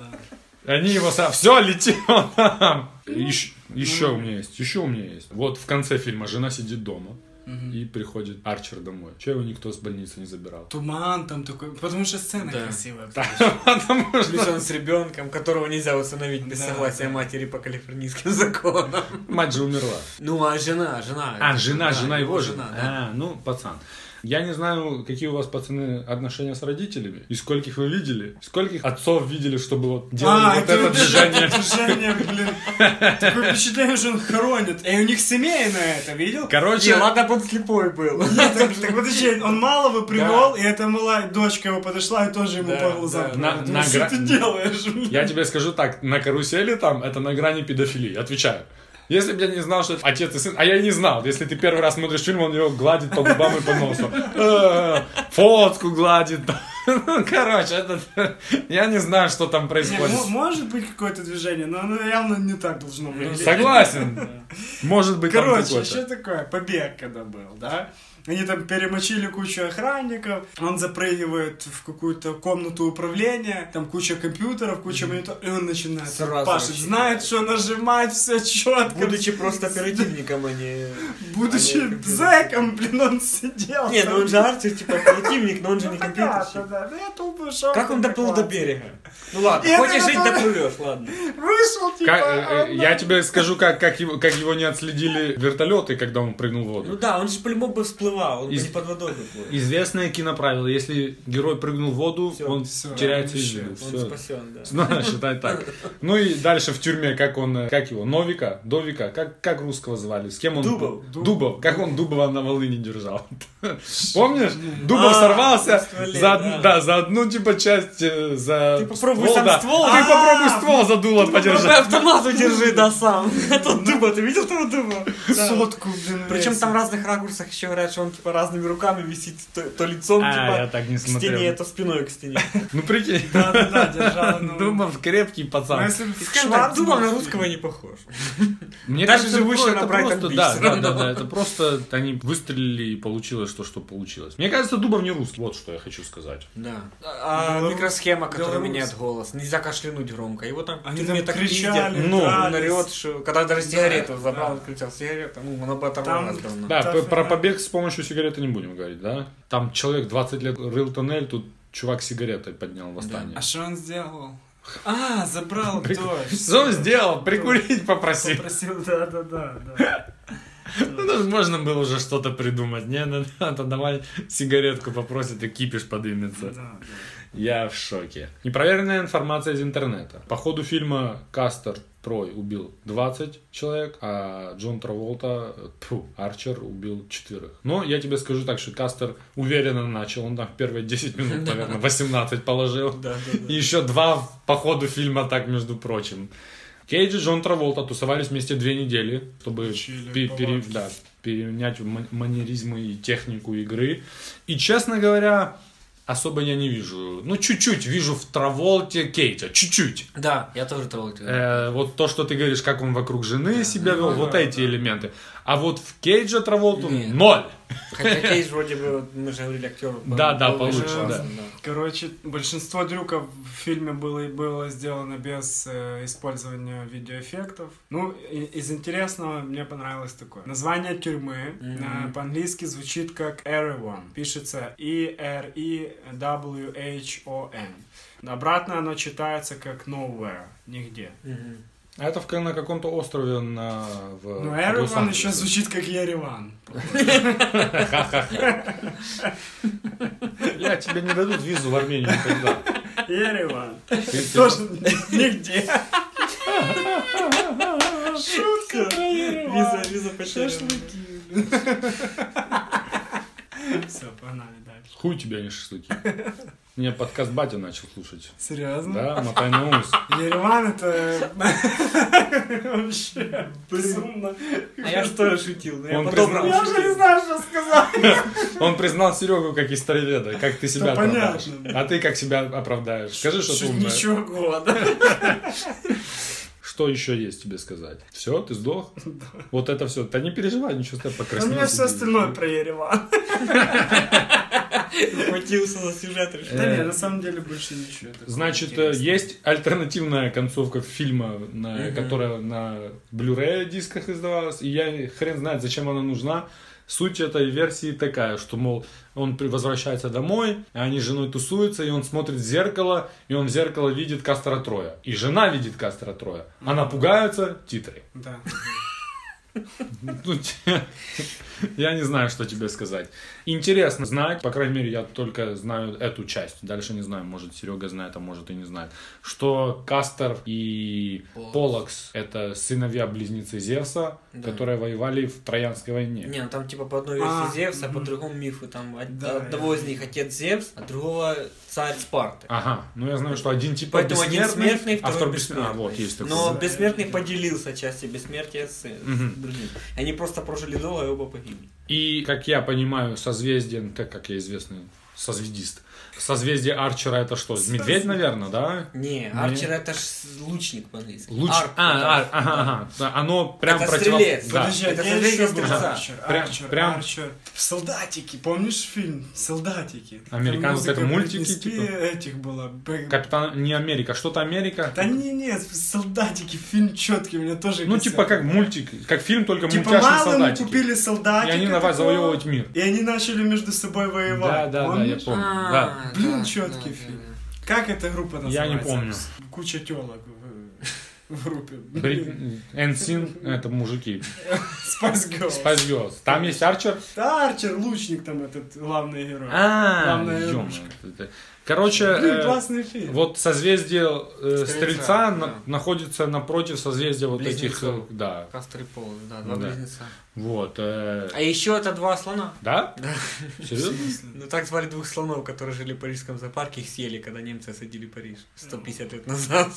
Speaker 4: да.
Speaker 3: Они его сам... Все, летим! [laughs] Еще, еще у меня есть, еще у меня есть. Вот в конце фильма жена сидит дома. И приходит Арчер домой. Че его никто с больницы не забирал?
Speaker 4: Туман там такой, потому что сцена
Speaker 2: Да.
Speaker 4: красивая.
Speaker 3: Потому что
Speaker 2: Плюс он с ребенком, которого нельзя усыновить без
Speaker 4: Да,
Speaker 2: согласия
Speaker 4: да.
Speaker 2: матери по калифорнийским законам.
Speaker 3: мать же умерла.
Speaker 2: Ну, а жена, жена.
Speaker 3: А, жена,
Speaker 2: Да,
Speaker 3: жена его жена.
Speaker 2: да.
Speaker 3: А, ну, пацан. Я не знаю, какие у вас, пацаны, отношения с родителями, и скольких вы видели, скольких отцов видели, чтобы вот делали
Speaker 4: А,
Speaker 3: вот это движение.
Speaker 4: [laughs] Движение, блин. Такое впечатление, что он хоронит. И у них семейное это, видел?
Speaker 2: Не,
Speaker 3: Короче,
Speaker 2: ладно, бы он слепой был.
Speaker 4: Нет, так, так подожди, он малого привел, и эта малая дочка его подошла и тоже ему
Speaker 2: Да,
Speaker 4: по глазам.
Speaker 2: да.
Speaker 4: провела.
Speaker 3: На-
Speaker 4: Думаю,
Speaker 3: на
Speaker 4: что
Speaker 3: гра-
Speaker 4: ты делаешь?
Speaker 3: я тебе скажу так, на карусели там это на грани педофилии, отвечаю. Если бы я не знал, что это отец и сын, а я и не знал, если ты первый раз смотришь фильм, он его гладит по губам и по носу. Э, Фотку гладит. Ну, Короче, это- я не знаю, что там
Speaker 4: Не,
Speaker 3: происходит.
Speaker 4: мо- может быть какое-то движение, но оно явно не так должно быть.
Speaker 3: Ну, Согласен. Может быть, там
Speaker 4: ну, Короче,
Speaker 3: какой-то.
Speaker 4: что такое? Побег когда был, да? Они там перемочили кучу охранников, он запрыгивает в какую-то комнату управления, там куча компьютеров, куча мониторов, и он начинает
Speaker 2: Сразу
Speaker 4: пашить,
Speaker 2: вообще.
Speaker 4: знает, что нажимать, все четко.
Speaker 2: Будучи просто оперативником, а не...
Speaker 4: Будучи
Speaker 2: а не компьютером.
Speaker 4: зэком, блин, он сидел.
Speaker 2: Не,
Speaker 4: там.
Speaker 2: ну он же артист, типа оперативник, но он же
Speaker 4: Ну,
Speaker 2: не
Speaker 4: понятно,
Speaker 2: компьютерщик.
Speaker 4: да, да, я думаю, что
Speaker 2: Как он
Speaker 4: там
Speaker 2: доплыл до
Speaker 4: такой.
Speaker 2: берега? Ну ладно,
Speaker 4: Я
Speaker 2: хочешь
Speaker 4: даже
Speaker 2: жить,
Speaker 4: думаю-
Speaker 2: доплывешь, ладно.
Speaker 4: Вышел, типа,
Speaker 3: Как- э,
Speaker 4: а
Speaker 3: э,
Speaker 4: он-
Speaker 3: я тебе скажу, как, как, его, как его не отследили вертолеты, когда он прыгнул в
Speaker 2: Ну
Speaker 3: воду.
Speaker 2: да, он же по-любому бы всплывал, он бы
Speaker 3: Из-
Speaker 2: не под водой бы плыл.
Speaker 3: Известное киноправило. Если герой прыгнул в воду,
Speaker 2: Всё,
Speaker 3: он
Speaker 4: всё,
Speaker 3: теряется из
Speaker 4: вообще,
Speaker 3: виду.
Speaker 2: Он
Speaker 3: Всё.
Speaker 2: спасен, да.
Speaker 3: Ну, считай так. Ну и дальше в тюрьме, как он, э, как его, Новика, Довика, как, как русского звали, с кем он?
Speaker 2: Дубов.
Speaker 3: Дубов. Как он Дубова на
Speaker 2: [laughs]
Speaker 3: волыне держал. Помнишь? Дубов сорвался
Speaker 2: А, стволе,
Speaker 3: за, од-
Speaker 2: да.
Speaker 3: да, за одну типа часть, э, за
Speaker 2: Ты попробуй сам
Speaker 3: да.
Speaker 2: ствол. А,
Speaker 3: Ты попробуй ствол задуло подержать.
Speaker 2: Автомат удержи, да, сам. Это дуба, ты видел того дуба?
Speaker 4: сотку, блин,
Speaker 2: Причем
Speaker 4: весит.
Speaker 2: там в разных ракурсах еще говорят, что он типа разными руками висит, то, то лицом
Speaker 3: А,
Speaker 2: типа
Speaker 3: я так не
Speaker 2: к стене,
Speaker 3: смотрел.
Speaker 2: то спиной к стене.
Speaker 3: Ну прикинь.
Speaker 4: Да-да-да, держал, ну.
Speaker 3: Дубов крепкий
Speaker 4: Ну,
Speaker 3: пацан.
Speaker 4: если бы
Speaker 2: И скажем так, дуба на
Speaker 4: Шварценеггер-
Speaker 2: русского не похож.
Speaker 3: Мне
Speaker 2: Даже
Speaker 3: кажется,
Speaker 2: живущий
Speaker 3: это
Speaker 2: на
Speaker 3: просто-
Speaker 2: Брайтон
Speaker 3: просто-
Speaker 2: Бич
Speaker 3: да,
Speaker 2: всё
Speaker 3: да,
Speaker 2: равно.
Speaker 3: да, да, это просто они выстрелили и получилось то, что получилось. Мне кажется, Дубов не русский. Вот что я хочу сказать.
Speaker 2: Да. А
Speaker 4: Белорус-
Speaker 2: микросхема, которая
Speaker 4: белорус.
Speaker 2: меняет голос, нельзя кашлянуть громко. Его там в
Speaker 4: Они
Speaker 2: тюрьме
Speaker 4: там
Speaker 2: так
Speaker 4: кричали,
Speaker 2: пиздят.
Speaker 3: Ну.
Speaker 2: Он
Speaker 4: дрались.
Speaker 2: орёт, что- когда даже сигарету
Speaker 4: Да,
Speaker 2: забрал,
Speaker 4: да.
Speaker 2: отключал сигарету, ну, она бы
Speaker 4: Там-
Speaker 2: оторвалась давно.
Speaker 3: Да,
Speaker 4: Так,
Speaker 3: п- про
Speaker 4: э,
Speaker 3: побег с помощью сигареты не будем говорить, да? Там человек 20 лет рыл тоннель, тут чувак сигаретой поднял восстание.
Speaker 4: А что он сделал? А, забрал дождь.
Speaker 3: Что он сделал? Прикурить попросил.
Speaker 4: Попросил, да, да, да, да.
Speaker 3: Ну, тут можно было уже что-то придумать. Не, ну, [laughs] это давай сигаретку попросит и кипиш подымется.
Speaker 4: Да, да.
Speaker 3: Я в шоке. Непроверенная информация из интернета. По ходу фильма Кастер Трой убил 20 человек, а Джон Траволта, э, тьфу, Арчер убил 4. Но я тебе скажу так, что Кастер уверенно начал. Он там в
Speaker 2: [laughs]
Speaker 3: первые 10 минут, наверное, 18 положил.
Speaker 2: Да, да, да.
Speaker 3: И еще два в- по ходу фильма, так, между прочим. Кейдж и Джон Траволта тусовались вместе две недели, чтобы
Speaker 4: Учили
Speaker 3: пе- пере-
Speaker 4: повадки.
Speaker 3: да, перенять ма- манеризмы и технику игры. И, честно говоря, особо я не вижу. Ну, чуть-чуть вижу в Траволте Кейджа, чуть-чуть.
Speaker 2: Да, я тоже того тебя.
Speaker 3: Э, вот то, что ты говоришь, как он вокруг жены себя вел,
Speaker 4: Ну,
Speaker 3: вот
Speaker 4: да,
Speaker 3: эти
Speaker 4: да.
Speaker 3: элементы. А вот в Кейджа Траволту
Speaker 2: Нет.
Speaker 3: ноль.
Speaker 2: Хотя Кейдж вроде бы, вот мы же говорили, актер. был-
Speaker 3: Да, да,
Speaker 2: был
Speaker 3: получше,
Speaker 2: прекрасен,
Speaker 4: Короче, большинство трюков в фильме было и было сделано без э, использования видеоэффектов. Ну, и- из интересного мне понравилось такое. Название тюрьмы
Speaker 2: Мгм.
Speaker 4: э, по-английски звучит как Everyone. Пишется E E-R-E-W-H-O-N. Обратно оно читается как Nowhere. Нигде.
Speaker 2: Мгм.
Speaker 3: А это в, на каком-то острове на... В,
Speaker 4: Ну,
Speaker 3: в
Speaker 4: Everyone
Speaker 3: Лос-Анджелесе.
Speaker 4: еще звучит как Ереван.
Speaker 3: Я тебе не дадут визу в Армению
Speaker 4: [laughs]
Speaker 3: никогда.
Speaker 4: Ереван.
Speaker 3: Ты- ты-
Speaker 4: Тоже нигде.
Speaker 2: Всё. Виза, виза потеряна.
Speaker 4: Все, погнали дальше.
Speaker 3: Хуй тебя не шашлыки. Меня подкаст батя начал слушать.
Speaker 4: Серьезно?
Speaker 3: Да, мотай на ус.
Speaker 4: Ереван это... Вообще, безумно.
Speaker 2: А я же тоже шутил, но я
Speaker 3: Он
Speaker 2: по-доброму
Speaker 4: Я уже не
Speaker 2: шутил.
Speaker 4: знаю, что сказать.
Speaker 3: Он признал Серегу как истореведа, как ты себя
Speaker 4: Да понятно.
Speaker 3: оправдаешь. А ты как себя оправдаешь? Скажи, что ты
Speaker 4: Чуть
Speaker 3: умная.
Speaker 4: Ничего года.
Speaker 3: Что еще есть тебе сказать? Все, ты сдох? Вот это все. Да не переживай, ничего, ты
Speaker 4: У
Speaker 3: покраснел.
Speaker 4: меня все
Speaker 3: сидишь.
Speaker 4: остальное про Ереван.
Speaker 2: Хватился за сюжет. решил.
Speaker 4: Да нет, на самом деле больше ничего. такого
Speaker 3: Э, Значит, э,
Speaker 4: интересного.
Speaker 3: есть альтернативная концовка фильма, на-
Speaker 2: Мгм.
Speaker 3: которая на Blu-ray дисках издавалась, и я хрен знает, зачем она нужна. Суть этой версии такая, что, мол, он при- возвращается домой, а они с женой тусуются, и он смотрит в зеркало, и он в зеркало видит Кастера Троя. И жена видит Кастера Троя. Она пугается, титры.
Speaker 4: Да.
Speaker 3: Ну, [laughs] те- Я не знаю, что тебе сказать. Интересно знать, по крайней мере, я только знаю эту часть. Дальше не знаю, может, Серега знает, а может и не знает. Что Кастер и Полокс — это сыновья-близнецы Зевса,
Speaker 2: Да.
Speaker 3: которые воевали в Троянской войне.
Speaker 2: Не, ну там типа по одной
Speaker 4: А,
Speaker 2: версии Зевса, а по
Speaker 4: мгм.
Speaker 2: другому мифу. Там от-
Speaker 4: Да,
Speaker 2: одного
Speaker 4: я-
Speaker 2: из них отец Зевс, а другого царь Спарты.
Speaker 3: Ага, ну я знаю, что один типа
Speaker 2: Поэтому один
Speaker 3: бессмертный,
Speaker 2: смертный,
Speaker 3: а
Speaker 2: второй
Speaker 3: второй бессмертный.
Speaker 2: бессмертный.
Speaker 3: А, вот, есть такой.
Speaker 2: Но
Speaker 4: Да,
Speaker 2: бессмертный
Speaker 4: да.
Speaker 2: поделился частью бессмертия с, с
Speaker 3: Мгм.
Speaker 2: другим. Они просто прожили долго и оба погибли.
Speaker 3: И, как я понимаю, созвездие, так как я известный созвездист, Созвездие Арчера это что? Медведь, наверное, да?
Speaker 2: Не, Арчер это ж лучник по-английски.
Speaker 3: Луч...
Speaker 2: Арк,
Speaker 3: а,
Speaker 2: потому
Speaker 3: ар- ага, ага. Да, Оно прям
Speaker 2: Это
Speaker 3: противоп-
Speaker 2: стрелец,
Speaker 3: да.
Speaker 4: Подожди,
Speaker 2: Это
Speaker 4: это где
Speaker 2: созвездие
Speaker 4: еще был
Speaker 2: стрельца.
Speaker 4: Арчер?
Speaker 3: Прям-
Speaker 4: Арчер,
Speaker 3: прям-
Speaker 4: Арчер. Солдатики, помнишь фильм? Солдатики. Там
Speaker 3: Американцы,
Speaker 4: музыка
Speaker 3: это мультики,
Speaker 4: Бритни
Speaker 3: типа?
Speaker 4: Спи- этих было. Б-
Speaker 3: Капитан не Америка, что-то Америка.
Speaker 4: Да не, нет, солдатики, фильм четкий, у меня тоже
Speaker 3: ну
Speaker 4: косяк.
Speaker 3: типа как мультик, как фильм только
Speaker 4: Типа
Speaker 3: мультяшный
Speaker 4: малым
Speaker 3: солдатики.
Speaker 4: купили солдатика.
Speaker 3: И они давай
Speaker 4: такого,
Speaker 3: завоевывать мир.
Speaker 4: И они начали между собой
Speaker 3: Да, да,
Speaker 4: воевать.
Speaker 3: да, я
Speaker 4: помнишь?
Speaker 3: помню.
Speaker 2: А,
Speaker 3: Да.
Speaker 2: да,
Speaker 4: Блин,
Speaker 2: да,
Speaker 4: четкий
Speaker 2: да,
Speaker 4: фильм.
Speaker 2: да.
Speaker 4: Как эта группа называется?
Speaker 3: Я не помню.
Speaker 4: Куча телок в, в группе.
Speaker 3: Бри- Энсин, это мужики.
Speaker 4: Spice Girls.
Speaker 3: Spice Girls. Там есть Арчер.
Speaker 4: Да, Арчер, лучник там этот, главный герой.
Speaker 3: А,
Speaker 4: Главная
Speaker 3: ё-моё.
Speaker 4: игрушка.
Speaker 3: Короче,
Speaker 4: Блин,
Speaker 3: э,
Speaker 4: классный фильм.
Speaker 3: вот созвездие э,
Speaker 2: Стрельца,
Speaker 3: Стрельца, на-
Speaker 2: да.
Speaker 3: находится напротив созвездия вот этих, э,
Speaker 2: Близнецов.
Speaker 3: да,
Speaker 2: Кастры пол, да, два
Speaker 3: Да.
Speaker 2: близнеца.
Speaker 3: вот. э,
Speaker 2: А еще это два слона.
Speaker 3: Да?
Speaker 2: Да.
Speaker 3: Серьезно?
Speaker 2: Ну так звали двух слонов, которые жили в парижском зоопарке, их съели, когда немцы осадили Париж
Speaker 4: Ну.
Speaker 2: 150 лет назад.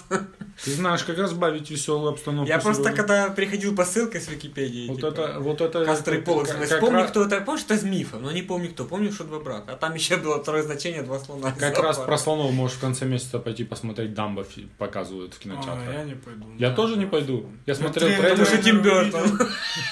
Speaker 3: Ты знаешь, как разбавить веселую обстановку.
Speaker 2: Я просто
Speaker 3: сегодня.
Speaker 2: когда приходил по ссылке с Википедии,
Speaker 3: Ну, Вот
Speaker 2: типа,
Speaker 3: это, вот это...
Speaker 2: Кастры
Speaker 3: это
Speaker 2: Полок,
Speaker 3: как-
Speaker 2: знаешь,
Speaker 3: как
Speaker 2: помню,
Speaker 3: раз-
Speaker 2: кто это, помнишь, это из мифа, но не помню кто, помню, что два брата, а там еще было второе значение, два слона.
Speaker 3: Как
Speaker 2: Зоопарк.
Speaker 3: раз про слонов можешь в конце месяца пойти посмотреть Дамбо фи- показывают в
Speaker 4: А, я
Speaker 3: кинотеатре.
Speaker 4: не пойду.
Speaker 3: Я
Speaker 4: Да.
Speaker 3: тоже не пойду. Я смотрел
Speaker 4: трейлер
Speaker 3: трейлер.
Speaker 2: Потому Ну, что Тим Бёртон.
Speaker 4: Увидел.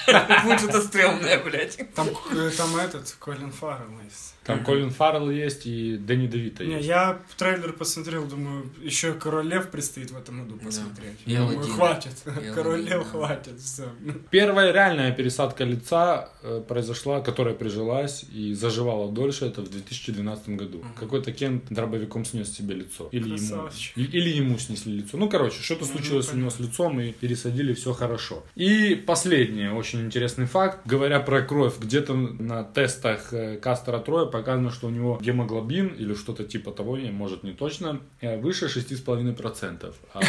Speaker 2: [laughs] Будет что-то стрёмное, блядь.
Speaker 4: Там, э, там этот, Колин Фаррелл есть.
Speaker 2: типа-
Speaker 3: Там Колин Фаррелл есть и Дэнни Девита
Speaker 4: Не,
Speaker 3: есть.
Speaker 4: я трейлер посмотрел, думаю, еще Король Лев предстоит в этом году посмотреть.
Speaker 2: И
Speaker 3: Ну,
Speaker 4: Я думаю,
Speaker 2: Аладдин.
Speaker 4: хватит.
Speaker 2: И
Speaker 4: Король
Speaker 2: Аладдин,
Speaker 4: Лев
Speaker 2: да.
Speaker 4: хватит. Все.
Speaker 3: Первая реальная пересадка лица э, произошла, которая прижилась и заживала дольше, это в 2012 году. Какой-то Кент дробовиком снес себе лицо. Или ему,
Speaker 4: Красавчик.
Speaker 3: и- или ему снесли лицо. Ну, короче, что-то случилось у него с лицом и пересадили, все хорошо. И последний очень интересный факт. Говоря про кровь, где-то на тестах э, Кастера Троя показано, что у него гемоглобин или что-то типа того, не, может не точно, э, выше 6,5%. А,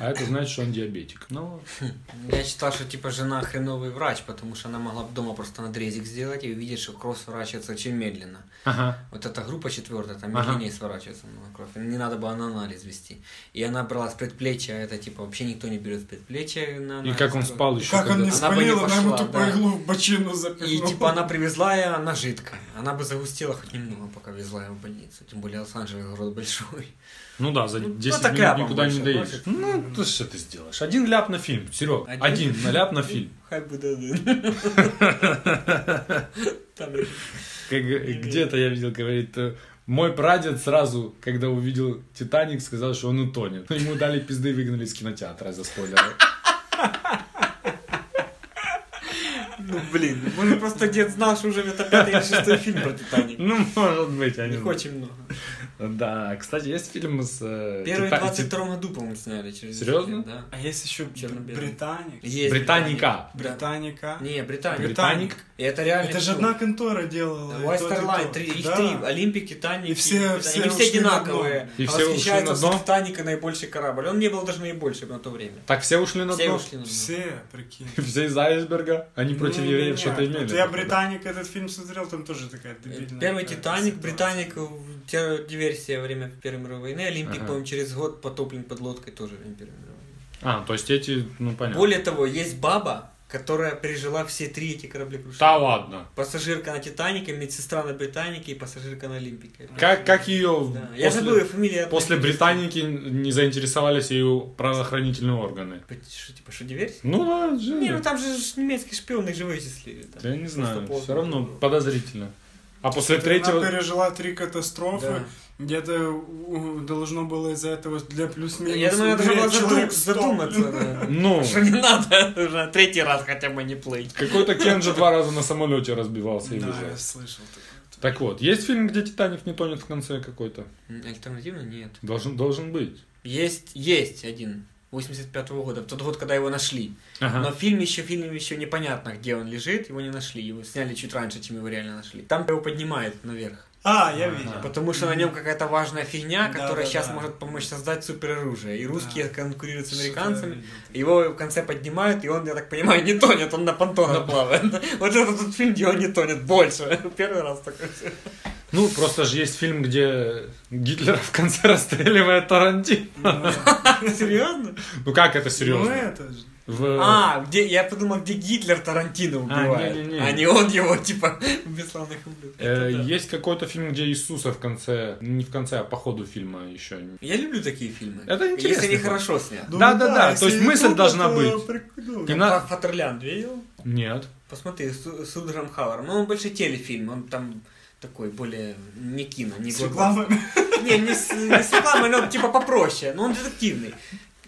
Speaker 3: а это значит, что он диабетик. Ну,
Speaker 2: Я считал, что типа жена хреновый врач, потому что она могла бы дома просто надрезик сделать и увидеть, что кровь сворачивается очень медленно.
Speaker 3: ага.
Speaker 2: Вот эта группа четвертая, там
Speaker 3: Ага.
Speaker 2: медленнее сворачивается на кровь. Не надо было на анализ вести. И она брала с предплечья, а это типа вообще никто не берет с предплечья на
Speaker 3: И
Speaker 2: анализ.
Speaker 3: как он спал еще.
Speaker 4: Как он
Speaker 3: когда-
Speaker 4: не
Speaker 2: Она бы не
Speaker 4: спалил, она ему
Speaker 2: пошла,
Speaker 4: тупо
Speaker 2: да.
Speaker 4: иглу в бочину запихнула.
Speaker 2: И типа она привезла, и она жидкая. Она бы загустила хоть немного, пока везла его в больницу. Тем более Лос-Анджелес город большой.
Speaker 3: Ну да, за
Speaker 2: Ну,
Speaker 3: 10
Speaker 2: это
Speaker 3: минут
Speaker 2: ляпом
Speaker 3: никуда не
Speaker 2: больше,
Speaker 3: доедешь.
Speaker 2: пофиг.
Speaker 3: Ну, ты что ты сделаешь? Один ляп на фильм, Серег.
Speaker 2: Один?
Speaker 3: Один на ляп на фильм.
Speaker 2: Хай бы да да. Там
Speaker 3: Как, э, где-то я видел, говорит, э, мой прадед сразу, когда увидел Титаник, сказал, что он утонет. Ну, Ему дали пизды и выгнали из кинотеатра за спойлеры.
Speaker 2: Ну блин, может просто дед знал, что уже это пятый или шестой фильм про Титаник.
Speaker 3: Ну, может быть, они...
Speaker 2: Их очень много.
Speaker 3: Да, кстати, есть фильм с... э,
Speaker 2: Первые
Speaker 3: Тита-
Speaker 2: в 22 году, по-моему, сняли. через
Speaker 3: Серьезно?
Speaker 2: лет, Да.
Speaker 4: А есть еще
Speaker 2: Черно-белый.
Speaker 4: Британик.
Speaker 2: Есть
Speaker 3: Британика.
Speaker 2: Британика.
Speaker 4: Британика.
Speaker 2: Да. Не, Британик.
Speaker 3: Британик.
Speaker 2: И это реально.
Speaker 4: Это же
Speaker 2: всё.
Speaker 4: одна контора делала. и тот, и
Speaker 2: Western Line,
Speaker 4: тот.
Speaker 2: три, их
Speaker 4: Э, типа, Да.
Speaker 2: три, а Олимпик, Титаник,
Speaker 4: И все-
Speaker 2: Британик.
Speaker 4: все
Speaker 2: они все
Speaker 4: ушли на
Speaker 2: одинаковые.
Speaker 4: дно.
Speaker 3: И
Speaker 2: А
Speaker 3: все ушли
Speaker 2: восхищаются
Speaker 3: на дно.
Speaker 2: что Титаника наибольший корабль. Он не был даже наибольшим на то время.
Speaker 3: Так все ушли на
Speaker 2: Все
Speaker 3: дно.
Speaker 2: ушли на дно.
Speaker 4: Ну, Все, Ну, прикинь.
Speaker 3: [laughs] Все из айсберга. Они против
Speaker 4: Не-не-не,
Speaker 3: евреев что-то имели.
Speaker 4: вот ну, Я
Speaker 3: походу.
Speaker 4: Британик этот фильм смотрел, там тоже такая дебильная.
Speaker 2: Первый
Speaker 4: какая-то
Speaker 2: Титаник,
Speaker 4: ситуация.
Speaker 2: Британик, э, те- диверсия во время Первой мировой войны, Олимпик,
Speaker 3: Ага.
Speaker 2: по-моему, через год потоплен под лодкой тоже во время Первой мировой войны.
Speaker 3: А, то есть эти, ну, понятно.
Speaker 2: Более того, есть баба, которая пережила все три эти кораблекрушения.
Speaker 3: Да ладно.
Speaker 2: Пассажирка на Титанике, медсестра на Британике и пассажирка на Олимпике.
Speaker 3: Как, как ее
Speaker 2: Да. Я забыл ее
Speaker 3: после,
Speaker 2: фамилию.
Speaker 3: после Британики не заинтересовались ее правоохранительные органы?
Speaker 2: Что, типа, что диверсия?
Speaker 3: Ну, да, жили.
Speaker 2: Не, ну там же ж немецкий шпион, их же вычислили. там.
Speaker 3: Да Я не
Speaker 2: Просто
Speaker 3: знаю,
Speaker 2: поздно.
Speaker 3: все равно подозрительно. А после
Speaker 4: Она
Speaker 3: третьего...
Speaker 4: пережила три катастрофы.
Speaker 2: Да.
Speaker 4: Где-то у- должно было из-за этого для плюс-минус.
Speaker 2: Я думаю, надо было
Speaker 4: умереть человек
Speaker 2: задум-
Speaker 4: 100.
Speaker 2: задуматься. [laughs] да.
Speaker 3: Ну,
Speaker 2: Что не надо уже третий раз хотя бы не плыть.
Speaker 3: какой-то Кенджи два раза на самолете разбивался и
Speaker 4: Да,
Speaker 3: выжил.
Speaker 4: я слышал такое.
Speaker 3: Так вот, есть фильм, где Титаник не тонет в конце какой-то?
Speaker 2: Альтернативно нет.
Speaker 3: Должен, должен быть.
Speaker 2: Есть, есть один. 85-го года, в тот год, когда его нашли. Но
Speaker 3: Ага.
Speaker 2: фильм еще, фильм еще непонятно, где он лежит, его не нашли. Его сняли чуть раньше, чем его реально нашли. Там его поднимают наверх.
Speaker 4: А, я видел.
Speaker 2: Потому что на нем какая-то важная фигня,
Speaker 4: Да,
Speaker 2: которая
Speaker 4: да,
Speaker 2: сейчас
Speaker 4: да.
Speaker 2: может помочь создать супероружие. И русские конкурируют с
Speaker 4: Что-то я
Speaker 2: американцами. [laughs]
Speaker 4: видел такое.
Speaker 2: Его в конце поднимают, и он, я так понимаю, не тонет, [laughs] он на понтонах плавает. Вот это тот фильм, где он не тонет больше. Первый раз такой.
Speaker 3: Ну, просто же есть фильм, где Гитлера в конце [laughs] расстреливает Тарантино.
Speaker 2: Серьезно?
Speaker 3: Ну как это
Speaker 4: Ну
Speaker 3: серьезно?
Speaker 4: это же.
Speaker 3: В-
Speaker 2: А, где, я подумал, где Гитлер Тарантино убивает, а,
Speaker 3: не-не-не.
Speaker 2: не, он его, типа, [laughs] в бесславных ублюдках.
Speaker 3: Э,
Speaker 2: Это да.
Speaker 3: Есть какой-то фильм, где Иисуса в конце, не в конце, а по ходу фильма еще.
Speaker 2: Я люблю такие фильмы.
Speaker 3: Это интересно.
Speaker 2: Если они хорошо сняты.
Speaker 4: Ну
Speaker 3: Да-да-да, то есть
Speaker 4: если
Speaker 3: мысль
Speaker 4: YouTube,
Speaker 3: должна
Speaker 4: то
Speaker 3: быть.
Speaker 4: прикольно.
Speaker 3: Не
Speaker 2: Фа-
Speaker 3: на-
Speaker 2: Фатерлянд видел?
Speaker 3: Нет.
Speaker 2: Посмотри, с, с Удром Хауэром. Ну, он больше телефильм, он там такой более не кино, не
Speaker 4: С
Speaker 2: глобал.
Speaker 4: рекламами.
Speaker 2: Не, не с, не с рекламой, но типа попроще. Но он детективный.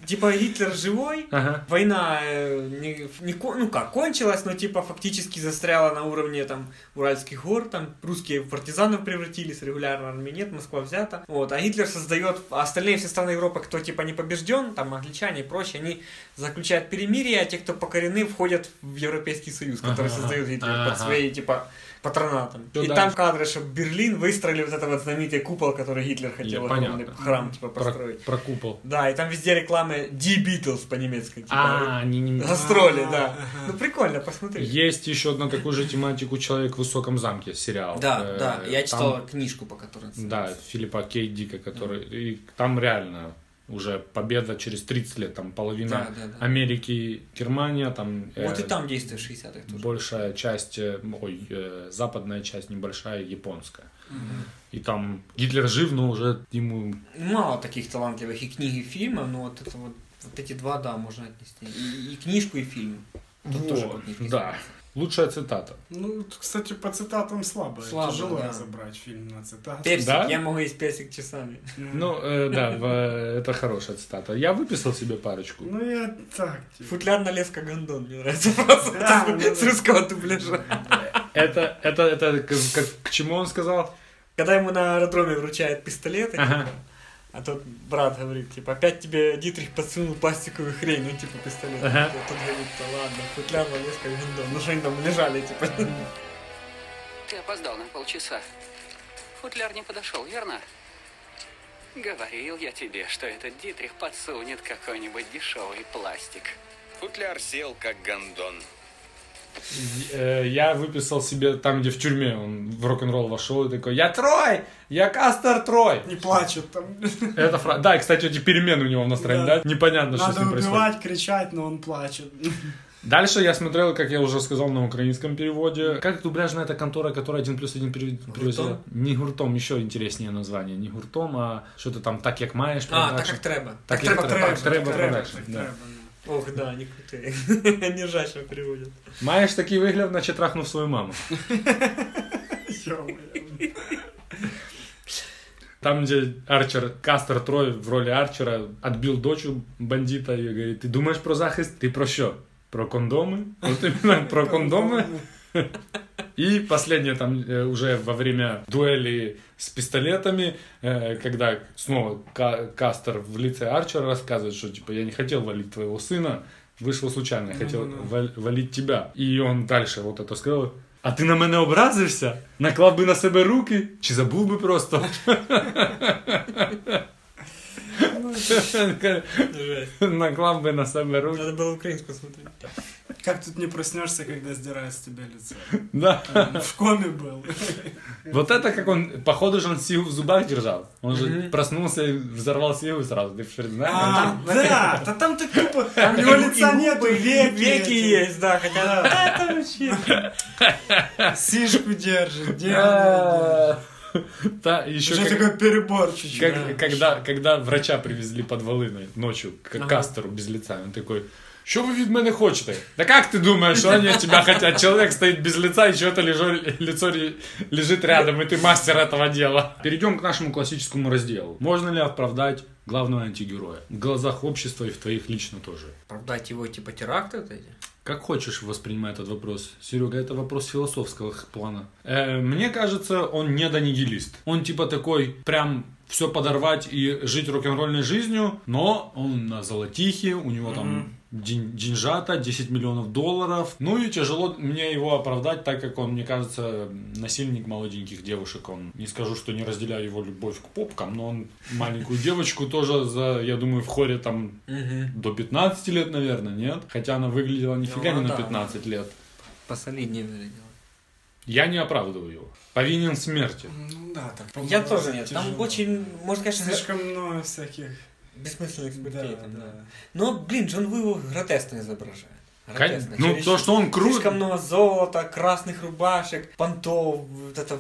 Speaker 2: Типа Гитлер живой,
Speaker 3: Ага.
Speaker 2: война э, не, не ко- ну как, кончилась, но типа фактически застряла на уровне там Уральских гор, там русские в партизанов превратились, регулярно армии нет, Москва взята. Вот, а Гитлер создает, а остальные все страны Европы, кто типа не побежден, там англичане и прочие, они заключают перемирие, а те, кто покорены, входят в Европейский Союз, который
Speaker 3: Ага,
Speaker 2: создает Гитлер под
Speaker 3: ага.
Speaker 2: свои типа патронатом.
Speaker 3: Всё
Speaker 2: и
Speaker 3: дальше.
Speaker 2: там кадры, что Берлин выстроили вот этот вот знаменитый купол, который Гитлер хотел,
Speaker 3: Я-
Speaker 2: огромный
Speaker 3: понятно.
Speaker 2: храм типа
Speaker 3: Про,
Speaker 2: построить.
Speaker 3: про купол.
Speaker 2: Да, и там везде рекламы Die Beatles по-немецки. Типа,
Speaker 3: А, не, не, не.
Speaker 2: Гастроли, да. Ну прикольно, посмотри.
Speaker 3: Есть еще на такую же тематику «Человек в высоком замке» сериал.
Speaker 2: Да,
Speaker 3: Э,
Speaker 2: да, я
Speaker 3: там-
Speaker 2: читал книжку, по которой он
Speaker 3: Да,
Speaker 2: снялся.
Speaker 3: Филиппа Кей Дика, который... И там реально уже победа через 30 лет, там половина
Speaker 2: Да, да, да.
Speaker 3: Америки, Германия, там... э,
Speaker 2: Вот и там действие 60-х тоже.
Speaker 3: большая часть, э, ой, э, западная часть небольшая, японская. И там Гитлер жив, но уже ему...
Speaker 2: Мало таких талантливых и книг, и фильмов, но вот это вот вот эти два, да, можно отнести. И, и книжку, и фильм. Тут тоже по книжке
Speaker 3: да. Лучшая цитата.
Speaker 4: Ну, т- кстати, по цитатам слабо.
Speaker 2: Слабо,
Speaker 4: Тяжело
Speaker 2: да.
Speaker 4: разобрать фильм на цитаты.
Speaker 2: Персик,
Speaker 3: Да?
Speaker 2: я могу есть персик часами.
Speaker 3: Ну, э, да, в- это хорошая цитата. Я выписал себе парочку.
Speaker 4: Ну, я так, типа.
Speaker 2: Футляр на леска гондон, мне нравится [laughs] просто
Speaker 4: Да,
Speaker 2: с- с
Speaker 4: да, Ну, да.
Speaker 2: русского дубляжа.
Speaker 3: Это, это, это к, как- к чему он сказал?
Speaker 2: Когда ему на аэродроме вручают пистолеты,
Speaker 3: Ага.
Speaker 2: а тот брат говорит, типа, опять тебе Дитрих подсунул пластиковую хрень, ну, типа, пистолет.
Speaker 3: Ага.
Speaker 2: А Тот говорит, да ладно, футляр на леска гондон. Ну, что они там лежали, типа.
Speaker 7: Ты опоздал на полчаса. Футляр не подошел, верно? Говорил я тебе, что этот Дитрих подсунет какой-нибудь дешевый пластик.
Speaker 5: Футляр сел, как гондон.
Speaker 3: Э, Я выписал себе там, где в тюрьме он в рок-н-ролл вошел и такой, я Трой! Я Кастер
Speaker 4: [laughs]
Speaker 3: Трой!
Speaker 4: Не плачут там.
Speaker 3: Это фра- Да, и, кстати, эти перемены у него в настроении, да?
Speaker 4: Да.
Speaker 3: Непонятно, что с
Speaker 4: Надо
Speaker 3: ним происходит.
Speaker 4: убивать, кричать, но он плачет. [laughs]
Speaker 3: Дальше я смотрел, как я уже сказал, на украинском переводе. Как дубляжная эта контора, которая один плюс один перевозила? Не гуртом, еще интереснее название. Не гуртом, а что-то там так, як маешь.
Speaker 2: А, так
Speaker 3: Production.
Speaker 2: как треба.
Speaker 3: Так, як
Speaker 2: треба,
Speaker 3: треба,
Speaker 2: Production,
Speaker 3: треба,
Speaker 2: так треба.
Speaker 3: Production, да.
Speaker 2: Ох, да, они крутые. [laughs] Они ржачно переводят.
Speaker 3: Маєш такий вигляд, наче трахнув свою маму.
Speaker 4: Ё-моё.
Speaker 3: Там, где Арчер, Кастер Трой в роли Арчера отбил дочь у бандита и говорит, ты думаешь про захист? Ты про что? Про кондомы? Вот именно про кондомы. И последнее там э, уже во время дуэли с пистолетами, э, когда снова Ка- Кастер в лице Арчера рассказывает, что типа я не хотел валить твоего сына, вышел случайно, я хотел вал- валить тебя. І он дальше вот это сказал. А ти на мене образився? Наклав би на себе руки? Чи забув би просто? [laughs]
Speaker 2: Жесть.
Speaker 3: Наклав би на себе руки.
Speaker 2: Надо было украинскую смотреть.
Speaker 4: Как тут не проснешься, когда сдирают с тебя [laughs] лицо?
Speaker 3: Да.
Speaker 4: В коме был.
Speaker 3: Вот это как он, походу же он силу в зубах держал. Он же
Speaker 2: Мгм.
Speaker 3: проснулся и взорвал силу сразу. Ты что, знаешь?
Speaker 4: А, да, да там так тупо. У
Speaker 2: И
Speaker 4: него
Speaker 2: губы,
Speaker 4: лица
Speaker 2: и
Speaker 4: нету,
Speaker 2: губы, и
Speaker 4: веки.
Speaker 2: Веки
Speaker 4: эти.
Speaker 2: есть, да, хотя...
Speaker 4: Да.
Speaker 2: Это вообще...
Speaker 4: [laughs] Сишку держит, держит.
Speaker 3: Да, [laughs] еще
Speaker 4: Уже
Speaker 3: типа, как-
Speaker 4: такой перебор чуть-чуть.
Speaker 3: Как-
Speaker 4: да.
Speaker 3: когда, когда врача привезли под Волиной ночью к кастеру без лица, он такой. Що ви від мене хочете? Да как ты думаешь, що вони від тебя хотят? Человек стоит без лица, и чье-то лицо ле- лежит рядом, и ты мастер этого дела. Перейдем к нашему классическому разделу. Можно ли оправдать главного антигероя? В глазах общества и в твоих лично тоже.
Speaker 2: Оправдать его, типа, теракты вот эти?
Speaker 3: Как хочешь воспринимай этот вопрос, Серега, это вопрос философского плана. Э, мне кажется, он не донигилист. Он типа такой, прям все подорвать и жить рок-н-ролльной жизнью, но он на золотихе, у него там ден- деньжата, 10 миллионов долларов. Ну и тяжело мне его оправдать, так как он, мне кажется, насильник молоденьких девушек. Он, не скажу, что не разделяю его любовь к попкам, но он маленькую девочку тоже, за, я думаю, в хоре там
Speaker 2: Угу.
Speaker 3: до 15 лет, наверное, нет? Хотя она выглядела
Speaker 2: Ну,
Speaker 3: нифига не на
Speaker 2: да.
Speaker 3: 15 лет.
Speaker 2: Посолиднее выглядело.
Speaker 3: Я не оправдываю его. Повинен смерти.
Speaker 4: Ну да, так
Speaker 2: Я
Speaker 4: по-моему,
Speaker 2: тоже нет. Там
Speaker 4: тяжело.
Speaker 2: очень, можно, конечно,
Speaker 4: Слишком много всяких...
Speaker 2: бессмысленных смертей.
Speaker 4: Да,
Speaker 2: там, да.
Speaker 4: да.
Speaker 2: Но, блин, Джон Ву его гротескно изображает. Гротескно.
Speaker 3: Ну,
Speaker 2: Через-
Speaker 3: то, что он крут-
Speaker 2: Слишком много золота, красных рубашек, понтов, вот это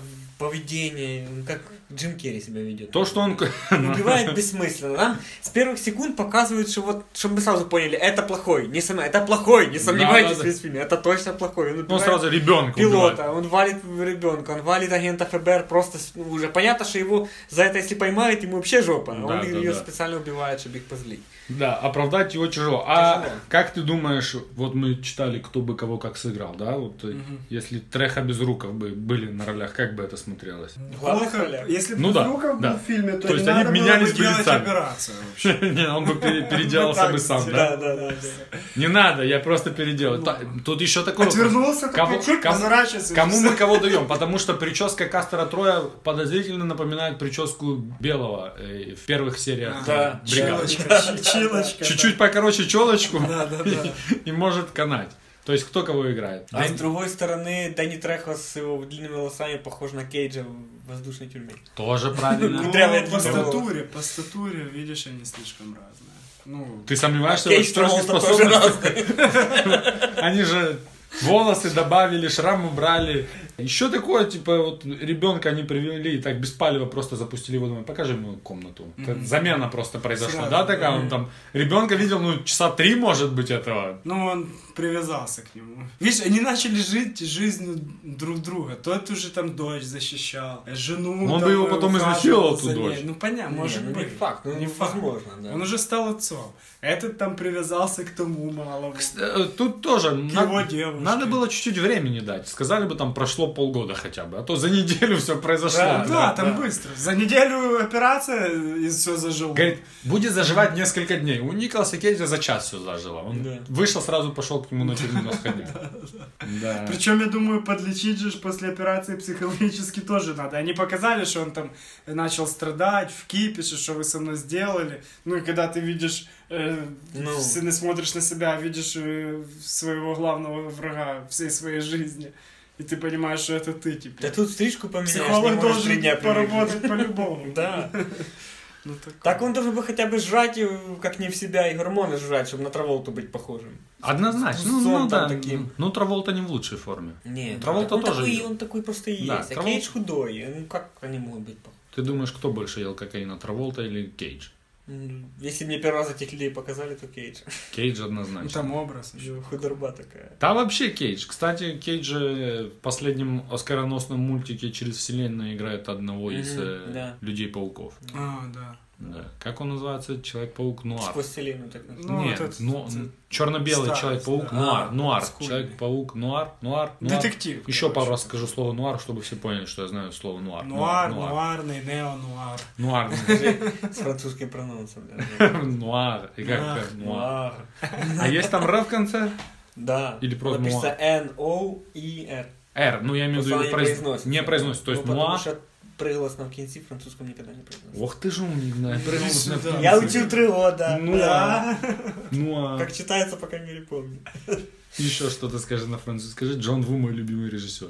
Speaker 2: поведение, он как Джим Керри себя ведет.
Speaker 3: То, что он...
Speaker 2: Убивает бессмысленно. Нам с первых секунд показывают, что вот, чтобы мы сразу поняли, это плохой, не сомневайтесь, это плохой, не сомневайтесь
Speaker 3: да.
Speaker 2: в весь фильме, это точно плохой. Он
Speaker 3: Он
Speaker 2: убивает
Speaker 3: [laughs] сразу ребенка убивает.
Speaker 2: пилота, он валит ребенка, он валит агента ФБР, просто с- ну, уже понятно, что его за это, если поймают, ему вообще жопа, а
Speaker 3: Да,
Speaker 2: он
Speaker 3: да,
Speaker 2: ее
Speaker 3: да.
Speaker 2: специально убивает, чтобы их позлить.
Speaker 3: Да, оправдать его тяжело. А
Speaker 2: Тяжело.
Speaker 3: как ты думаешь, вот мы читали, кто бы кого как сыграл, да? Вот э, если треха без руков бы были на ролях, как бы это смотрелось?
Speaker 2: В главных
Speaker 4: Плохо.
Speaker 2: ролях.
Speaker 4: Если бы
Speaker 3: Ну да,
Speaker 4: Безруков был
Speaker 3: да.
Speaker 4: в фильме,
Speaker 3: То
Speaker 4: то, не
Speaker 3: есть они
Speaker 4: надо было
Speaker 3: менялись
Speaker 4: бы
Speaker 3: бы
Speaker 4: делать
Speaker 3: лицами.
Speaker 4: операцию вообще.
Speaker 3: [laughs] Не, он бы пере- переделался
Speaker 4: так
Speaker 3: бы сам,
Speaker 4: сделал.
Speaker 3: да?
Speaker 2: Да, да, да. да.
Speaker 3: Не надо, я просто переделаю. Та- Тут еще такое.
Speaker 4: Отвернулся, такой чуть поворачивается, и
Speaker 3: Кому
Speaker 4: всё.
Speaker 3: мы кого даем? Потому что прическа Кастера Троя подозрительно напоминает прическу Белого э, в первых сериях.
Speaker 2: Да.
Speaker 3: бригады.
Speaker 4: Чилочка, чи- чилочка.
Speaker 3: Чуть-чуть покороче челочку
Speaker 4: Да, да, да.
Speaker 3: и может канать. То есть кто кого играет?
Speaker 2: А с другой стороны, Дэнни Трехо с его длинными волосами похож на Кейджа в воздушной тюрьме.
Speaker 3: Тоже правильно.
Speaker 4: Ну,
Speaker 2: Кудрявая
Speaker 4: по
Speaker 2: длинная
Speaker 4: статуре, по статуре, видишь, они слишком разные. Ну,
Speaker 3: Ты сомневаешься,
Speaker 2: Кейдж
Speaker 3: в актерских
Speaker 2: Траволта тоже
Speaker 3: способностях? Они же волосы добавили, шрам убрали. Еще такое, типа, вот ребенка они привели и так беспалево просто запустили его. Думаю, покажи ему комнату. Это Замена просто произошла,
Speaker 4: Сразу,
Speaker 3: да, такая? Он там ребенка видел, ну, часа три, может быть, этого.
Speaker 4: ну, он привязался к нему. Видишь, они начали жить жизнью друг друга. Тот уже там дочь защищал, жену.
Speaker 3: Он
Speaker 4: там,
Speaker 3: бы его
Speaker 4: э,
Speaker 3: потом
Speaker 4: ухаживал
Speaker 3: изнасиловал,
Speaker 4: за
Speaker 3: эту
Speaker 4: ней.
Speaker 3: дочь.
Speaker 4: Ну, понятно, может
Speaker 2: Не, ну,
Speaker 4: быть.
Speaker 2: Не факт, ну
Speaker 4: Не факт.
Speaker 2: невозможно, да.
Speaker 4: Он уже стал отцом. Этот там привязался к тому малому.
Speaker 3: Э, Тут тоже на-
Speaker 4: его девушке.
Speaker 3: надо было чуть-чуть времени дать. Сказали бы, там прошло полгода хотя бы, а то за неделю все произошло.
Speaker 4: Да, там быстро. За неделю операция и все зажило.
Speaker 3: Говорит, будет заживать несколько дней. У Николаса Кейджа за час все зажило. Он
Speaker 2: Да.
Speaker 3: вышел, сразу пошел к нему на терминал сходить.
Speaker 2: а.
Speaker 3: Да.
Speaker 4: Причем, я думаю, подлечить же ж после операции психологически тоже надо. Они показали, что он там начал страдать в кипише, что вы со мной сделали. Ну и когда ты видишь, э,
Speaker 2: Ну.
Speaker 4: ты не смотришь на себя, а видишь э, своего главного врага всей своей жизни. И ты понимаешь, что это ты
Speaker 2: Да
Speaker 4: теперь.
Speaker 2: тут стрижку поменяешь, не
Speaker 4: Психолог
Speaker 2: можешь три
Speaker 4: должен
Speaker 2: дня привыкнуть.
Speaker 4: поработать по-любому.
Speaker 2: [laughs] Да.
Speaker 4: Ну, такое.
Speaker 2: Так он должен был хотя бы жрать, и, как не в себя, и гормоны жрать, чтобы на Траволту быть похожим.
Speaker 3: Однозначно. Ну,
Speaker 2: Сон
Speaker 3: ну,
Speaker 2: там
Speaker 3: да.
Speaker 2: таким.
Speaker 3: Ну, Траволта не в лучшей форме.
Speaker 2: Не,
Speaker 3: Траволта
Speaker 2: так Ну, он
Speaker 3: тоже
Speaker 2: такой,
Speaker 3: ел.
Speaker 2: он такой просто и
Speaker 3: Да,
Speaker 2: есть. А
Speaker 3: Траволта-
Speaker 2: Кейдж худой, ну как они могут быть похожи?
Speaker 3: Ты думаешь, кто больше ел кокаина, Траволта или Кейдж?
Speaker 2: М, Ну, Если мне первый раз этих людей показали, то Кейдж.
Speaker 3: Кейдж
Speaker 4: Ну,
Speaker 3: однозначно.
Speaker 4: Там образ. ещё.
Speaker 2: Худорба такая.
Speaker 3: Да вообще Кейдж. Кстати, Кейдж же в последнем оскароносном мультике через вселенную играет одного из
Speaker 2: Мгм,
Speaker 3: э,
Speaker 2: да.
Speaker 3: людей-пауков.
Speaker 4: А, да.
Speaker 3: Да. Как он называется? Человек-паук Нуар.
Speaker 2: Сквозь вселенную так называется.
Speaker 4: Ну,
Speaker 3: Нет,
Speaker 4: вот этот-
Speaker 3: ну,
Speaker 4: этот-
Speaker 3: черно-белый
Speaker 4: старость,
Speaker 3: человек-паук,
Speaker 4: да.
Speaker 3: нуар,
Speaker 2: А,
Speaker 3: нуар,
Speaker 4: скульный.
Speaker 3: человек-паук, нуар, нуар, нуар.
Speaker 4: Детектив,
Speaker 3: Еще
Speaker 4: короче.
Speaker 3: Ну, пару раз скажу слово нуар, чтобы все поняли, что я знаю слово нуар.
Speaker 4: Нуар, нуарный, нео-нуар.
Speaker 3: Нуар, [laughs]
Speaker 2: С французским прононсом. да.
Speaker 3: Ну. нуар. И как это? нуар.
Speaker 2: Нуар.
Speaker 3: А есть там р в конце?
Speaker 2: Да.
Speaker 3: Или просто
Speaker 2: Написано N-O-E-R.
Speaker 3: Р, ну я имею в
Speaker 2: Просто
Speaker 3: виду,
Speaker 2: она не
Speaker 3: его произ-
Speaker 2: произносится.
Speaker 3: не произносит, то есть
Speaker 2: Ну, потому
Speaker 3: нуар.
Speaker 2: что пригласно в кинси в французском никогда не произносится.
Speaker 3: Ох ты ж умный,
Speaker 4: сюда.
Speaker 2: Я учил три года.
Speaker 3: Ну Нуар, нуар.
Speaker 2: Как читается, по крайней мере, помню.
Speaker 3: ну, а Еще что-то скажи на французском. Скажи, Джон Ву мой любимый режиссер.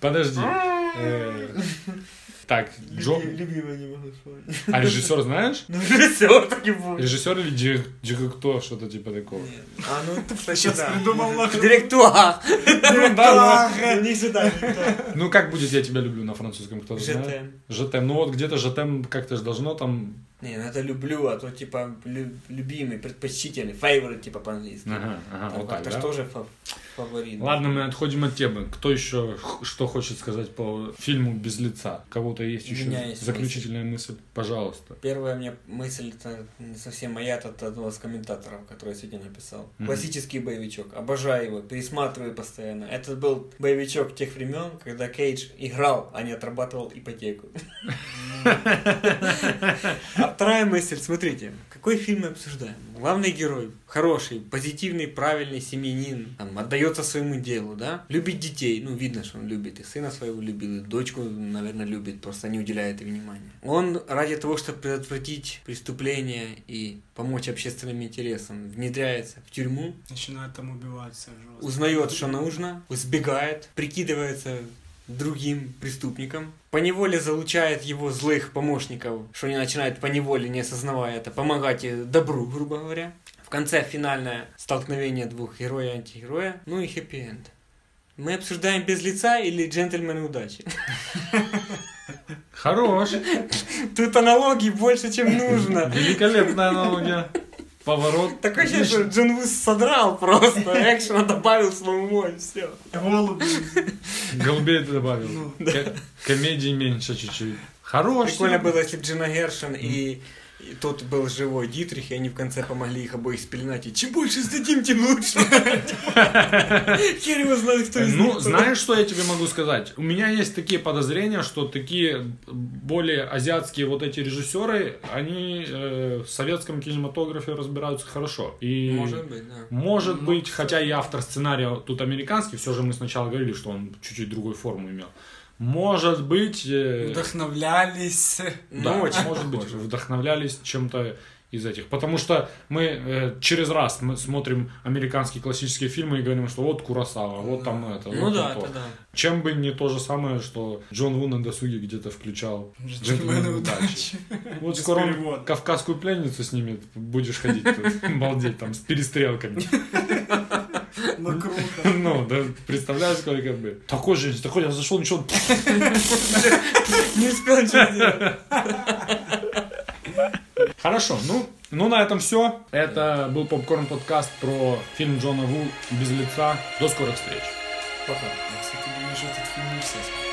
Speaker 3: Подожди. Э, Так, Джон...
Speaker 2: Люби- Любимый не могу вспомнить. [laughs]
Speaker 3: А режиссер знаешь?
Speaker 2: Ну, режиссер так и будет.
Speaker 3: Режиссер или ди- директор, что-то типа такого.
Speaker 2: А ну,
Speaker 3: [laughs]
Speaker 2: ты
Speaker 4: Сейчас придумал нахуй.
Speaker 2: Директуа.
Speaker 3: [laughs]
Speaker 2: Ну,
Speaker 3: да,
Speaker 2: У них всегда директуа.
Speaker 3: Ну как будет «Я тебя люблю» на французском, кто знает?
Speaker 2: Жетем.
Speaker 3: Жетем. Ну вот где-то жетем как-то ж должно там...
Speaker 2: Не, ну это люблю, а то типа лю- любимый, предпочтительный, favorite типа по-английски.
Speaker 3: Ага, ага,
Speaker 2: Там
Speaker 3: вот Ну, так,
Speaker 2: как-то ж
Speaker 3: да?
Speaker 2: тоже фа- фаворит.
Speaker 3: Ладно, мы отходим от темы. Кто еще х- что хочет сказать по фильму «Без лица»? У Кого-то есть
Speaker 2: У меня
Speaker 3: еще
Speaker 2: есть
Speaker 3: заключительная мысль? Пожалуйста.
Speaker 2: Первая у меня мысль, это не совсем моя, это от одного из комментаторов, который я сегодня написал.
Speaker 3: Мгм.
Speaker 2: Классический боевичок, обожаю его, пересматриваю постоянно. Это был боевичок тех времен, когда Кейдж играл, а не отрабатывал ипотеку. А вторая мысль, смотрите, какой фильм мы обсуждаем? Главный герой хороший, позитивный, правильный семьянин, там, отдается своему делу, да? Любит детей, ну, видно, что он любит, и сына своего любил, и дочку, наверное, любит, просто не уделяет ей внимания. Он ради того, чтобы предотвратить преступление и помочь общественным интересам, внедряется в тюрьму,
Speaker 4: Начинают там убиваться жестко.
Speaker 2: узнает, что нужно, сбегает, прикидывается другим преступником, поневоле залучает его злых помощников, что они начинают поневоле, не осознавая это, помогать э, добру, грубо говоря. В конце финальное столкновение двух героя и антигероя, ну и хэппи-энд. Мы обсуждаем без лица или джентльмены удачи. [laughs]
Speaker 3: Хорош.
Speaker 2: Тут аналогий больше, чем нужно.
Speaker 3: [laughs] Великолепная аналогия. Поворот.
Speaker 2: Такое ощущение, что Джон Ву содрал просто, экшена добавил слоумо и все.
Speaker 4: Голуби.
Speaker 3: Голубей ты
Speaker 2: Ну,
Speaker 3: добавил. Ко- Комедии меньше чуть-чуть. Хорош.
Speaker 2: Прикольно было, если б Джина Гершин и, и тот был живой Дитрих, и они в конце помогли их обоих спеленать. И чем больше сдадим, тем
Speaker 3: [laughs]
Speaker 2: лучше. Хер его знает, кто из них.
Speaker 3: Ну,
Speaker 2: кто.
Speaker 3: знаешь, что я тебе могу сказать? У меня есть такие подозрения, что такие более азиатские вот эти режиссеры, они э, в советском кинематографе разбираются хорошо. И
Speaker 2: Может быть, да.
Speaker 3: Может
Speaker 2: Ну,
Speaker 3: быть, хотя и автор сценария тут американский, все же мы сначала говорили, что он чуть-чуть другую форму имел. Может быть, э,
Speaker 4: Вдохновлялись.
Speaker 3: да,
Speaker 2: Ну, очень
Speaker 3: может быть,
Speaker 2: похоже.
Speaker 3: вдохновлялись чем-то из этих. Потому что мы э, через раз мы смотрим американские классические фильмы и говорим, что вот Курасава, А вот там это.
Speaker 2: Ну
Speaker 3: вот
Speaker 2: да,
Speaker 3: то.
Speaker 2: это да.
Speaker 3: Чем бы не то же самое, что Джон Ву на досуге где-то включал «Джентльмены
Speaker 4: Джентльмены
Speaker 3: удачи».
Speaker 4: удачи.
Speaker 3: Вот
Speaker 4: Без
Speaker 3: скоро он
Speaker 4: перевода.
Speaker 3: кавказскую пленницу снимет, будешь ходить
Speaker 2: [laughs]
Speaker 3: тут, балдеть там с перестрелками.
Speaker 4: Ну круто.
Speaker 3: [laughs] Ну, да, представляешь, сколько бы. Такой же, такой, я зашел, ничего, пф,
Speaker 2: Не успел ничего сделать.
Speaker 3: Хорошо, ну, ну на этом все. Это был попкорн подкаст про фильм Джона Ву без лица. До скорых встреч.
Speaker 2: Пока.
Speaker 4: Я, кстати, думаю, что этот фильм не все смотрели.